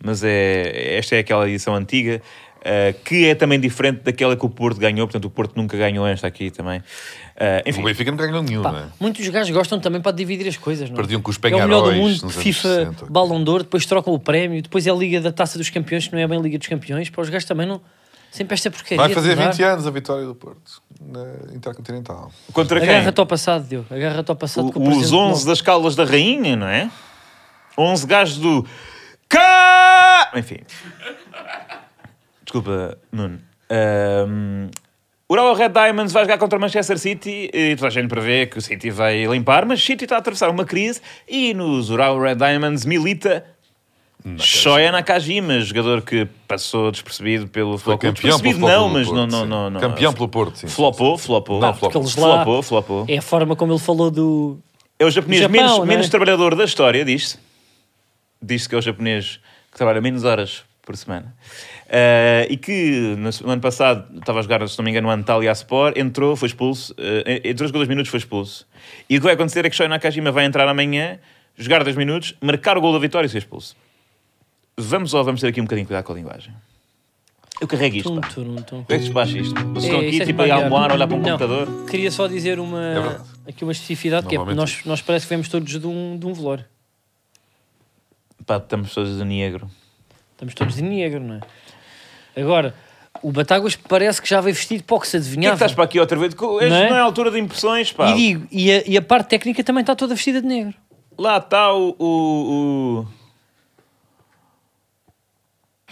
S1: mas é, esta é aquela edição antiga. eh, que é também diferente daquela que o Porto ganhou, portanto, o Porto nunca ganhou esta aqui também. Eh,
S3: O
S1: enfim,
S3: Benfica não ganhou nenhum, não é?
S2: Muitos gajos gostam também para dividir as coisas, não é?
S3: Perdiam com os
S2: É o melhor do
S3: Penharol
S2: mundo,
S3: nos anos
S2: FIFA,
S3: 60.
S2: Ballon d'Or, depois trocam o prémio, depois é a Liga da Taça dos Campeões, que não é bem Liga dos Campeões, para os gajos também não... Sempre esta porcaria.
S3: Vai fazer
S2: de mudar.
S3: 20 anos a vitória do Porto na Intercontinental.
S1: contra quem?
S2: Agarra-te ao passado, Diogo. Agarra-te ao passado. que o
S1: O- os
S2: presente
S1: 11
S2: não-
S1: das Caldas da Rainha, não é? 11 gajos do. Cá! Enfim. Desculpa, Nuno. Ahm, Urawa Red Diamonds vai jogar contra o Manchester City e toda a gente prevê que o City vai limpar, mas City está a atravessar uma crise e nos Urawa Red Diamonds milita Shoya Nakajima, jogador que passou despercebido pelo Futebol Clube.
S3: campeão pelo
S1: Despercebido
S3: Futebol
S1: não,
S3: Clube
S1: mas
S3: do
S1: não,
S3: Porto,
S1: não,
S3: sim.
S1: não, não.
S3: Campeão pelo Porto, sim.
S1: Flopou, flopou.
S3: Não, flopou.
S2: Porque eles lá...
S1: Flopou, flopou.
S2: É a forma como ele falou do...
S1: É o japonês
S2: Japão,
S1: menos,
S2: não é?
S1: menos trabalhador da história, diz-se. Diz-se que é o japonês que trabalha menos horas por semana. Eh, e que no, no ano passado estava a jogar, se não me engano, no Antalya Sport, entrou, foi expulso, eh, entrou, jogou dois minutos, foi expulso. E o que vai acontecer é que Shoei Nakajima vai entrar amanhã, jogar dois minutos, marcar o gol da vitória e ser expulso. Vamos ou vamos ter aqui um bocadinho de cuidado com a linguagem? Eu carrego isto,
S2: Tum,
S1: pá.
S2: tum, tum.
S1: Eu é despacho isto. Vocês estão
S2: É,
S1: aqui,
S2: isso é
S1: tipo, a
S2: espalhar.
S1: almoar, a olhar para um
S2: Não.
S1: computador.
S2: Queria só dizer uma...
S3: É verdade.
S2: aqui uma especificidade, que é,
S3: Normalmente
S2: nós, nós parece que vemos todos de um, de um velório.
S1: Pá, estamos todos de negro.
S2: Estamos todos de negro, não é? Agora, o Batáguas parece que já veio vestido para o que
S1: O que
S2: se
S1: é que
S2: adivinhava.
S1: estás para aqui outra vez? Co- Este
S2: Não
S1: não
S2: é?
S1: é, a altura de impressões, pá.
S2: E digo, e a, e a parte técnica também está toda vestida de negro.
S1: Lá está o. O,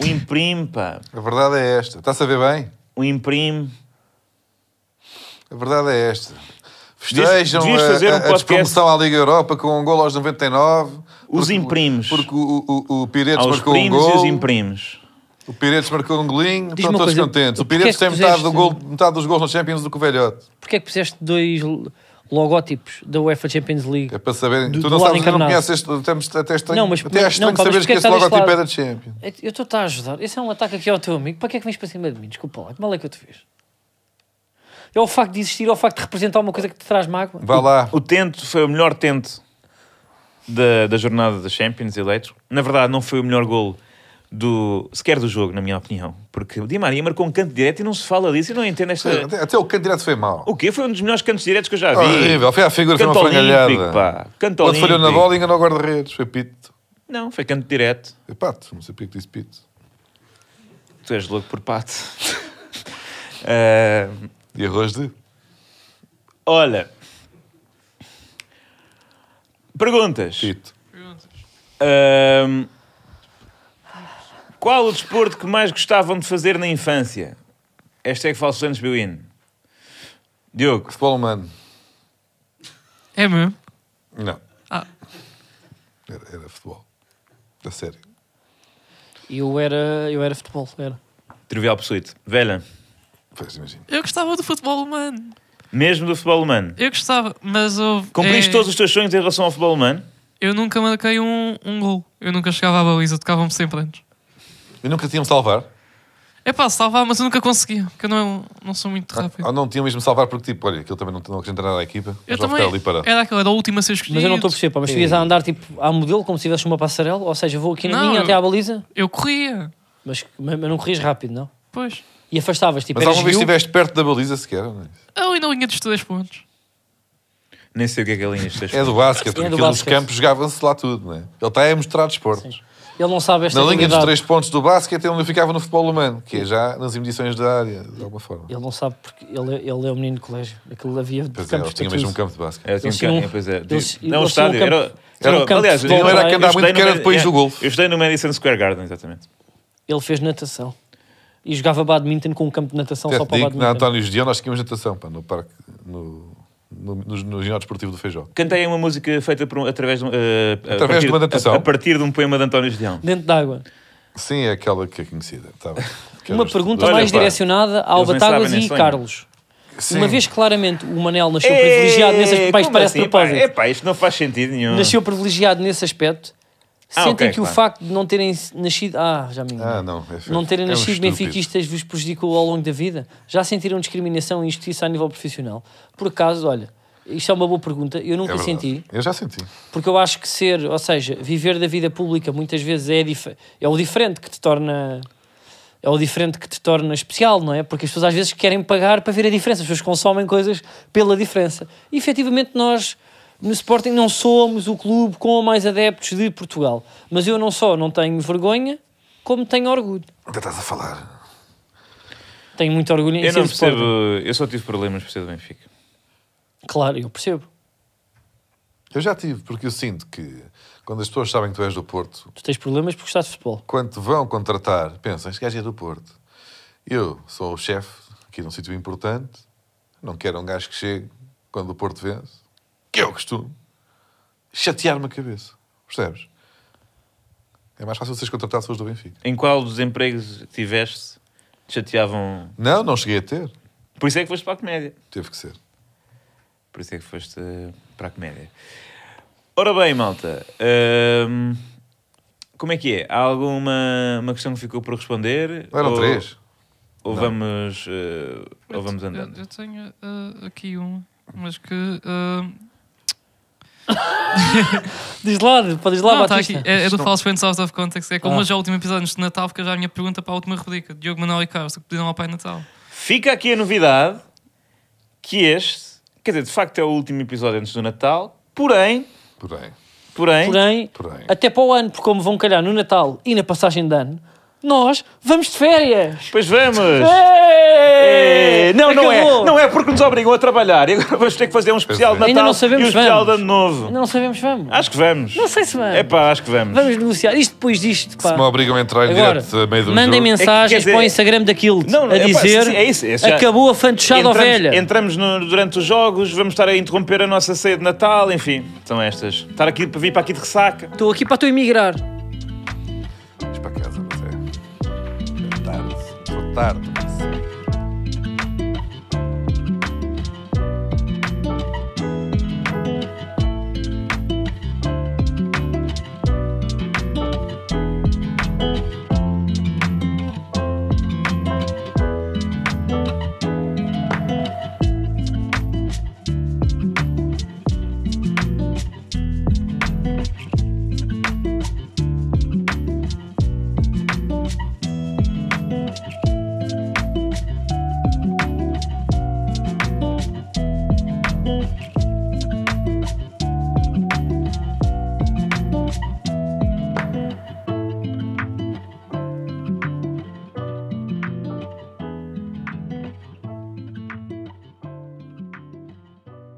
S1: o... o imprim, pá.
S3: A verdade é esta. Está-se a ver bem?
S1: O imprim.
S3: A verdade é esta.
S1: Devias-
S3: Festejam
S1: devias
S3: a,
S1: fazer um
S3: a- a
S1: podcast.
S3: despromoção à Liga Europa com um gol aos 99.
S1: Os
S3: porque-
S1: imprimes.
S3: Porque o, o, o Piretes
S1: Há os
S3: marcou um
S1: primos e os
S3: gol.
S1: imprimes.
S3: O Piretes marcou um
S2: Diz-me
S3: golinho. Estão
S2: uma
S3: todos
S2: coisa,
S3: contentes. O
S2: porquê
S3: Piretes
S2: é que
S3: tem metade, do
S2: puseste-
S3: gol, metade dos gols nos Champions do que o velhote.
S2: Porquê é que puseste dois l- logótipos da UEFA Champions League?
S3: É para saberem.
S2: Do-
S3: tu
S2: do
S3: não
S2: lado
S3: sabes, eu não
S2: encarnado.
S3: conheces. este- Temos, até é estranho,
S2: Não, mas-
S3: até
S2: mas-
S3: é
S2: não,
S3: estranho
S2: pá, mas porquê
S3: saberes que
S2: é que
S3: esse
S2: está deste
S3: logotipo é
S2: lado?
S3: da Champions.
S2: É- Eu estou-te a ajudar. Esse é um ataque aqui ao teu amigo. Para que é que vens para cima de mim? Desculpa lá. Que mal é que eu te fiz? É o facto de existir, é o facto de representar uma coisa que te traz mágoa.
S3: Vá lá.
S1: O tento foi o melhor tento da, da jornada da Champions eleito. Na verdade, não foi o melhor golo do, sequer do jogo, na minha opinião. Porque o Di Maria marcou um canto direto e não se fala disso. Eu não entendo esta.
S4: É.
S3: Até, até o candidato foi mau.
S1: O quê? Foi um dos melhores cantos diretos que eu já vi.
S3: Horrível. Foi à figura, foi uma
S1: Canto olímpico,
S3: frangalhada.
S1: pá. Canto
S3: Quando falhou na
S1: olímpico.
S3: bola, enganou o guarda-redes. Foi pito.
S1: Não, foi canto direto.
S3: Foi pato. Não sei porque é que disse pito.
S1: Tu és louco por pato. Ah,
S3: E arroz de...
S1: olha. Perguntas.
S3: Pito.
S1: Ahm, qual o desporto que mais gostavam de fazer na infância? Hashtag falso anos Biuin. Diogo,
S3: Futebol humano.
S4: É mesmo?
S3: Não.
S4: Ah.
S3: Era, era futebol. A sério.
S2: Eu era, eu era futebol. Era.
S1: trivial pursuit. Velha,
S3: Pois, imagina.
S4: Eu gostava do futebol humano.
S1: mesmo do futebol humano.
S4: Eu gostava, mas houve.
S1: Cumpriste
S4: é,
S1: todos os teus sonhos em relação ao futebol humano?
S4: Eu nunca marquei um, um gol. Eu nunca chegava à baliza, tocavam-me sempre antes.
S3: E nunca tinham salvar?
S4: É pá, salvava, mas eu nunca conseguia, porque eu não, não sou muito rápido.
S1: Ah,
S3: Ou não tinham mesmo salvar porque, tipo, olha, aquilo também não, não acrescenta nada à equipa.
S4: Ah, eu
S3: mas vai ficar
S4: também. É,
S3: ali parado.
S4: Era aquela, era a última a ser escolhida.
S2: Mas eu não estou a perceber, pá, mas tu ias a andar tipo à modelo, como se tivesse uma passarela, ou seja, vou aqui na
S4: Não,
S2: minha
S4: eu-
S2: até à baliza,
S4: Eu corria,
S2: mas, mas não corrias rápido, não?
S4: pois.
S2: E afastavas, tipo,
S3: Mas
S2: eras
S4: é
S3: alguma vez
S2: viúvo,
S3: estiveste perto da baliza sequer? não é?
S4: Ali Ah, na linha dos três pontos.
S1: Nem sei o que é que é a linha de
S3: É do basquete, porque
S2: do
S3: aqueles
S2: basquete.
S3: campos jogavam-se lá tudo, não é? Ele está aí a mostrar desportos.
S2: ele não sabe esta
S3: Na linha dos
S2: habilidade.
S3: três pontos do basquete, ele não ficava no futebol humano, que é já nas imedições da área, de alguma forma.
S2: Ele não sabe porque ele, é- ele é um menino de colégio. Aquilo havia de
S3: Pois é,
S2: campos
S3: ele
S2: para
S3: tinha
S2: tudo.
S3: mesmo um campo de basquete.
S1: Era assim um
S2: Eles tinham-
S1: bocadinho, pois é.
S2: eles-
S1: Não,
S2: eles
S1: o estádio.
S2: tinham um
S1: era,
S2: campo- era um campo
S1: aliás,
S2: de futebol,
S1: eu-
S2: não era que
S1: eu
S3: andava
S1: estudei
S3: muito, que
S1: no
S3: era
S1: Medi-
S3: depois
S1: é,
S3: do golfe.
S1: Eu estudei no Madison Square Garden, exatamente.
S2: Ele fez natação. E jogava badminton com um campo de natação
S3: Até
S2: só
S3: te
S2: para
S3: digo que na
S2: badminton.
S3: António Gedeão nós tínhamos natação, pá, no parque, no, no, no, no ginásio desportivo do Feijó.
S1: Cantei uma música feita por um- através de, um- eh, a
S3: Através
S1: partir-
S3: de uma adaptação.
S1: A, a partir de um poema de António Gedeão.
S2: Dentro d'água.
S3: Sim, é aquela que é conhecida. Tá bem. Que
S2: Uma
S3: era-
S2: pergunta
S1: Olha,
S2: mais
S1: pá,
S2: direcionada ao
S1: eles nem
S2: Batáguas
S1: sabem, nem
S2: e
S1: sonham.
S2: Carlos.
S3: Sim.
S2: Uma vez que claramente o Manel nasceu privilegiado nesse
S1: Ei,
S2: aspecto,
S1: É,
S2: pá, isto
S1: como
S2: parece
S1: assim?
S2: propósito.
S1: Pá, Epá, isto não faz sentido nenhum.
S2: Nasceu privilegiado nesse aspecto.
S1: Ah,
S2: Sentem
S1: ok,
S2: que o
S1: claro.
S2: facto de não terem nascido. Ah, já me enganei.
S3: Ah, não, é feio.
S2: Não terem
S3: É um
S2: nascido
S3: estúpido.
S2: benfiquistas vos prejudicou ao longo da vida? Já sentiram discriminação e injustiça a nível profissional? Por acaso, olha, isto é uma boa pergunta, eu
S3: É
S2: nunca
S3: verdade.
S2: senti,
S3: Eu já senti.
S2: porque eu acho que ser, ou seja, viver da vida pública muitas vezes é, dif- é o diferente que te torna. É o diferente que te torna especial, não é? Porque as pessoas às vezes querem pagar para ver a diferença, as pessoas consomem coisas pela diferença. E efetivamente nós. No Sporting não somos o clube com mais adeptos de Portugal. Mas eu não só não tenho vergonha, como tenho orgulho.
S3: Ainda estás a falar.
S2: Tenho muito orgulho em
S1: Eu
S2: ser
S1: não
S2: do
S1: percebo,
S2: Sporting.
S1: eu só tive problemas por ser do Benfica.
S2: Claro, eu percebo.
S3: Eu já tive, porque eu sinto que quando as pessoas sabem que tu és do Porto,
S2: Tu tens problemas porque estás de futebol.
S3: quando te vão contratar, pensam, este gajo é do Porto. Eu sou o chefe aqui num sítio importante, não quero um gajo que chegue quando o Porto vence, que eu costumo, chatear-me a cabeça. Percebes? É mais fácil vocês contratar pessoas do Benfica.
S1: Em qual dos empregos que tiveste te chateavam?
S3: Não, não cheguei a ter.
S1: Por isso é que foste para a comédia.
S3: Teve que ser.
S1: Por isso é que foste eh, para a comédia. Ora bem, malta. hum, como é que é? Há alguma uma questão que ficou por responder?
S2: Oh.
S3: Não eram
S1: ou,
S3: três.
S1: Ou vamos, eh, ou vamos andando?
S4: Eu, eu tenho eh, aqui uma, mas que. eh,
S2: Diz lá, podes lá,
S4: não, está aqui.
S2: Batista.
S4: É, é do False Friends Out of Context. É como
S2: Ah.
S4: hoje é o último episódio antes de Natal, fica já a minha pergunta para a última rubrica. Diogo Manuel e Carlos, o que pediram ao Pai Natal.
S1: Fica aqui a novidade que este, quer dizer, de facto é o último episódio antes do Natal, porém,
S3: Porém.
S1: porém,
S2: Porém,
S3: Porém.
S2: até para o ano, porque como vão calhar no Natal e na passagem de ano, nós vamos de férias.
S1: pois vamos!
S2: Ei!
S1: É, Não, não é,
S2: Acabou.
S1: não é porque nos obrigam a trabalhar e agora vamos ter que fazer um especial de Natal
S3: Pois
S2: é. Ainda não sabemos,
S1: e um especial de
S2: vamos.
S1: Ano Novo.
S2: Ainda não sabemos,
S3: Ah,
S2: vamos.
S1: Acho que vamos.
S2: Não sei se vamos.
S1: É pá, acho que vamos.
S2: Vamos negociar. Isto depois disto, pá.
S3: Se me obrigam a entrar em
S2: Agora,
S3: direto a meio do
S2: mandem
S3: jogo,
S1: É que, quer
S2: mensagens
S1: dizer,
S2: para o Instagram daquilo
S1: Não, não,
S2: a
S1: é pá,
S2: dizer
S1: sim, sim, é isso, é isso, já-
S2: acabou a fantochada
S1: entramos,
S2: ovelha.
S1: entramos no- durante os jogos, vamos estar a interromper a nossa ceia de Natal, enfim, são estas. Estar aqui para vir para aqui de ressaca.
S2: Estou aqui para tu emigrar.
S3: vais para casa, mas é. É tarde. Sou tarde.